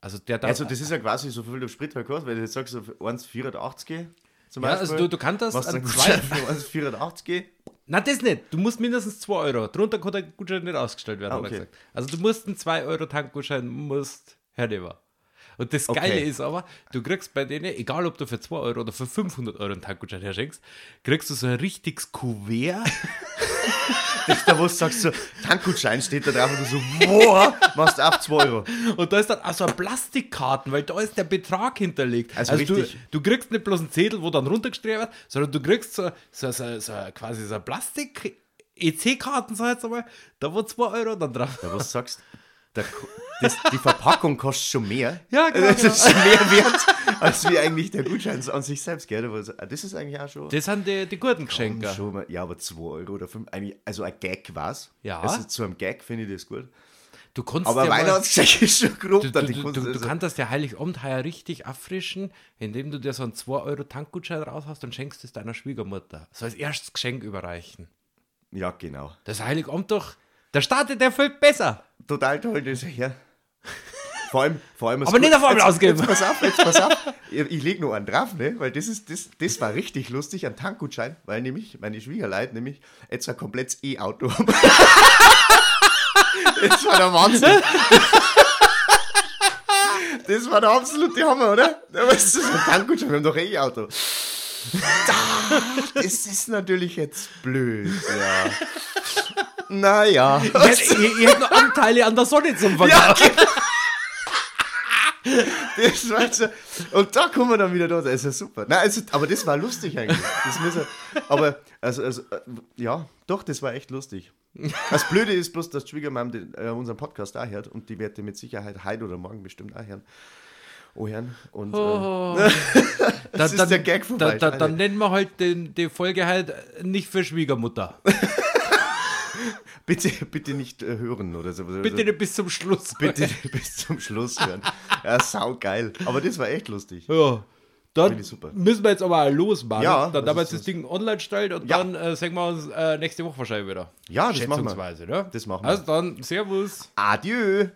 A: Also der darf
B: Also, das ist ja quasi so viel der Sprit halt kostet, weil du jetzt sagst, auf 1,84 zum
A: Ja,
B: Beispiel.
A: also du- du kannst das
B: Was
A: an
B: dann
A: zwei-
B: für 1,84
A: Na das nicht. Du musst mindestens 2 Euro. Drunter kann der Gutschein nicht ausgestellt werden,
B: Ah,
A: hat er
B: okay.
A: gesagt. Also du musst einen 2 Euro Tankgutschein, musst hernehmen. Und das Geile ist aber, du kriegst bei denen, egal ob du für 2 Euro oder für 500 Euro einen Tankgutschein herschenkst, kriegst du so ein richtiges
B: [LAUGHS]
A: Kuvert.
B: Da wo du sagst so, Tankgutschein steht da drauf und du so, boah, machst ab 2 Euro.
A: Und da ist dann auch so eine Plastikkarten, weil da ist der Betrag hinterlegt.
B: Also
A: du,
B: richtig.
A: du kriegst nicht bloß einen Zettel, wo dann runtergestrichen wird, sondern du kriegst so, so, so, so quasi so eine Plastik- EC-Karten, sag ich jetzt einmal, da wo 2 Euro dann drauf.
B: Da wo du sagst, der, Ko- das, die Verpackung kostet schon mehr.
A: Ja, genau,
B: [LAUGHS] Das ist schon mehr wert, als wie eigentlich der Gutschein an sich selbst, gell? Aber so, das ist eigentlich auch schon...
A: Das sind die, die guten Geschenke.
B: Schon mal, ja, aber 2 Euro oder 5, eigentlich, also ein Gag war's.
A: Ja.
B: Also zu einem Gag finde ich das gut.
A: Du kannst
B: Aber
A: ja mal-
B: Weihnachtsgeschenk ist schon grob.
A: du,
B: dann
A: du,
B: die
A: du,
B: Kunst-
A: du, du
B: also-
A: kannst das ja Heiligabend heuer richtig auffrischen, indem du dir so einen 2 Euro Tankgutschein raushaust und schenkst es deiner Schwiegermutter. So als erstes Geschenk überreichen.
B: ja, genau.
A: Das Heiligabend doch, da startet der viel besser.
B: Total toll, das ja. Vor allem, vor allem
A: Aber nicht auf einmal ausgeben.
B: Jetzt pass auf, jetzt pass auf. Ich, ich lege nur einen drauf, ne? Weil das ist, das, das war richtig lustig, ein Tankgutschein, weil nämlich meine Schwiegerleit nämlich jetzt ein komplettes E-Auto haben. [LAUGHS] Das war der Wahnsinn. Das war der absolute Hammer, oder? Aber es ist ein Tankgutschein, wir haben doch ein E-Auto. Da, Das ist natürlich jetzt blöd, ja. Naja.
A: Ihr, ihr, ihr habt noch Anteile an der Sonne zum Verkauf.
B: Das war so, und da kommen wir dann wieder da. Das ist ja super. Nein, also, aber das war lustig eigentlich. Das müssen, aber also, also, äh, ja, doch, das war echt lustig. Das Blöde ist bloß, dass Schwiegermam den, äh, unseren Podcast auch hört und die wird den mit Sicherheit heute oder morgen bestimmt auch hören. Oh, Herrn. Und,
A: Oh.
B: äh,
A: Da,
B: [LAUGHS] das ist der Gag von
A: da, da, Dann nennen wir halt den, die Folge halt nicht für Schwiegermutter.
B: Also bitte, bitte nicht äh, hören oder so.
A: Bitte nicht bis zum Schluss.
B: bitte [LAUGHS] bis zum Schluss hören. Ja, saugeil. Aber das war echt lustig.
A: Ja. Dann
B: Finde ich super.
A: müssen wir jetzt aber auch losmachen.
B: Ja,
A: dann
B: das
A: haben wir
B: ist
A: jetzt das Ding online gestellt und
B: Ja.
A: dann äh, sehen wir uns äh, nächste Woche wahrscheinlich wieder.
B: Ja, das machen wir.
A: Schätzungsweise, ne?
B: Das machen wir.
A: Also dann, Servus.
B: Adieu.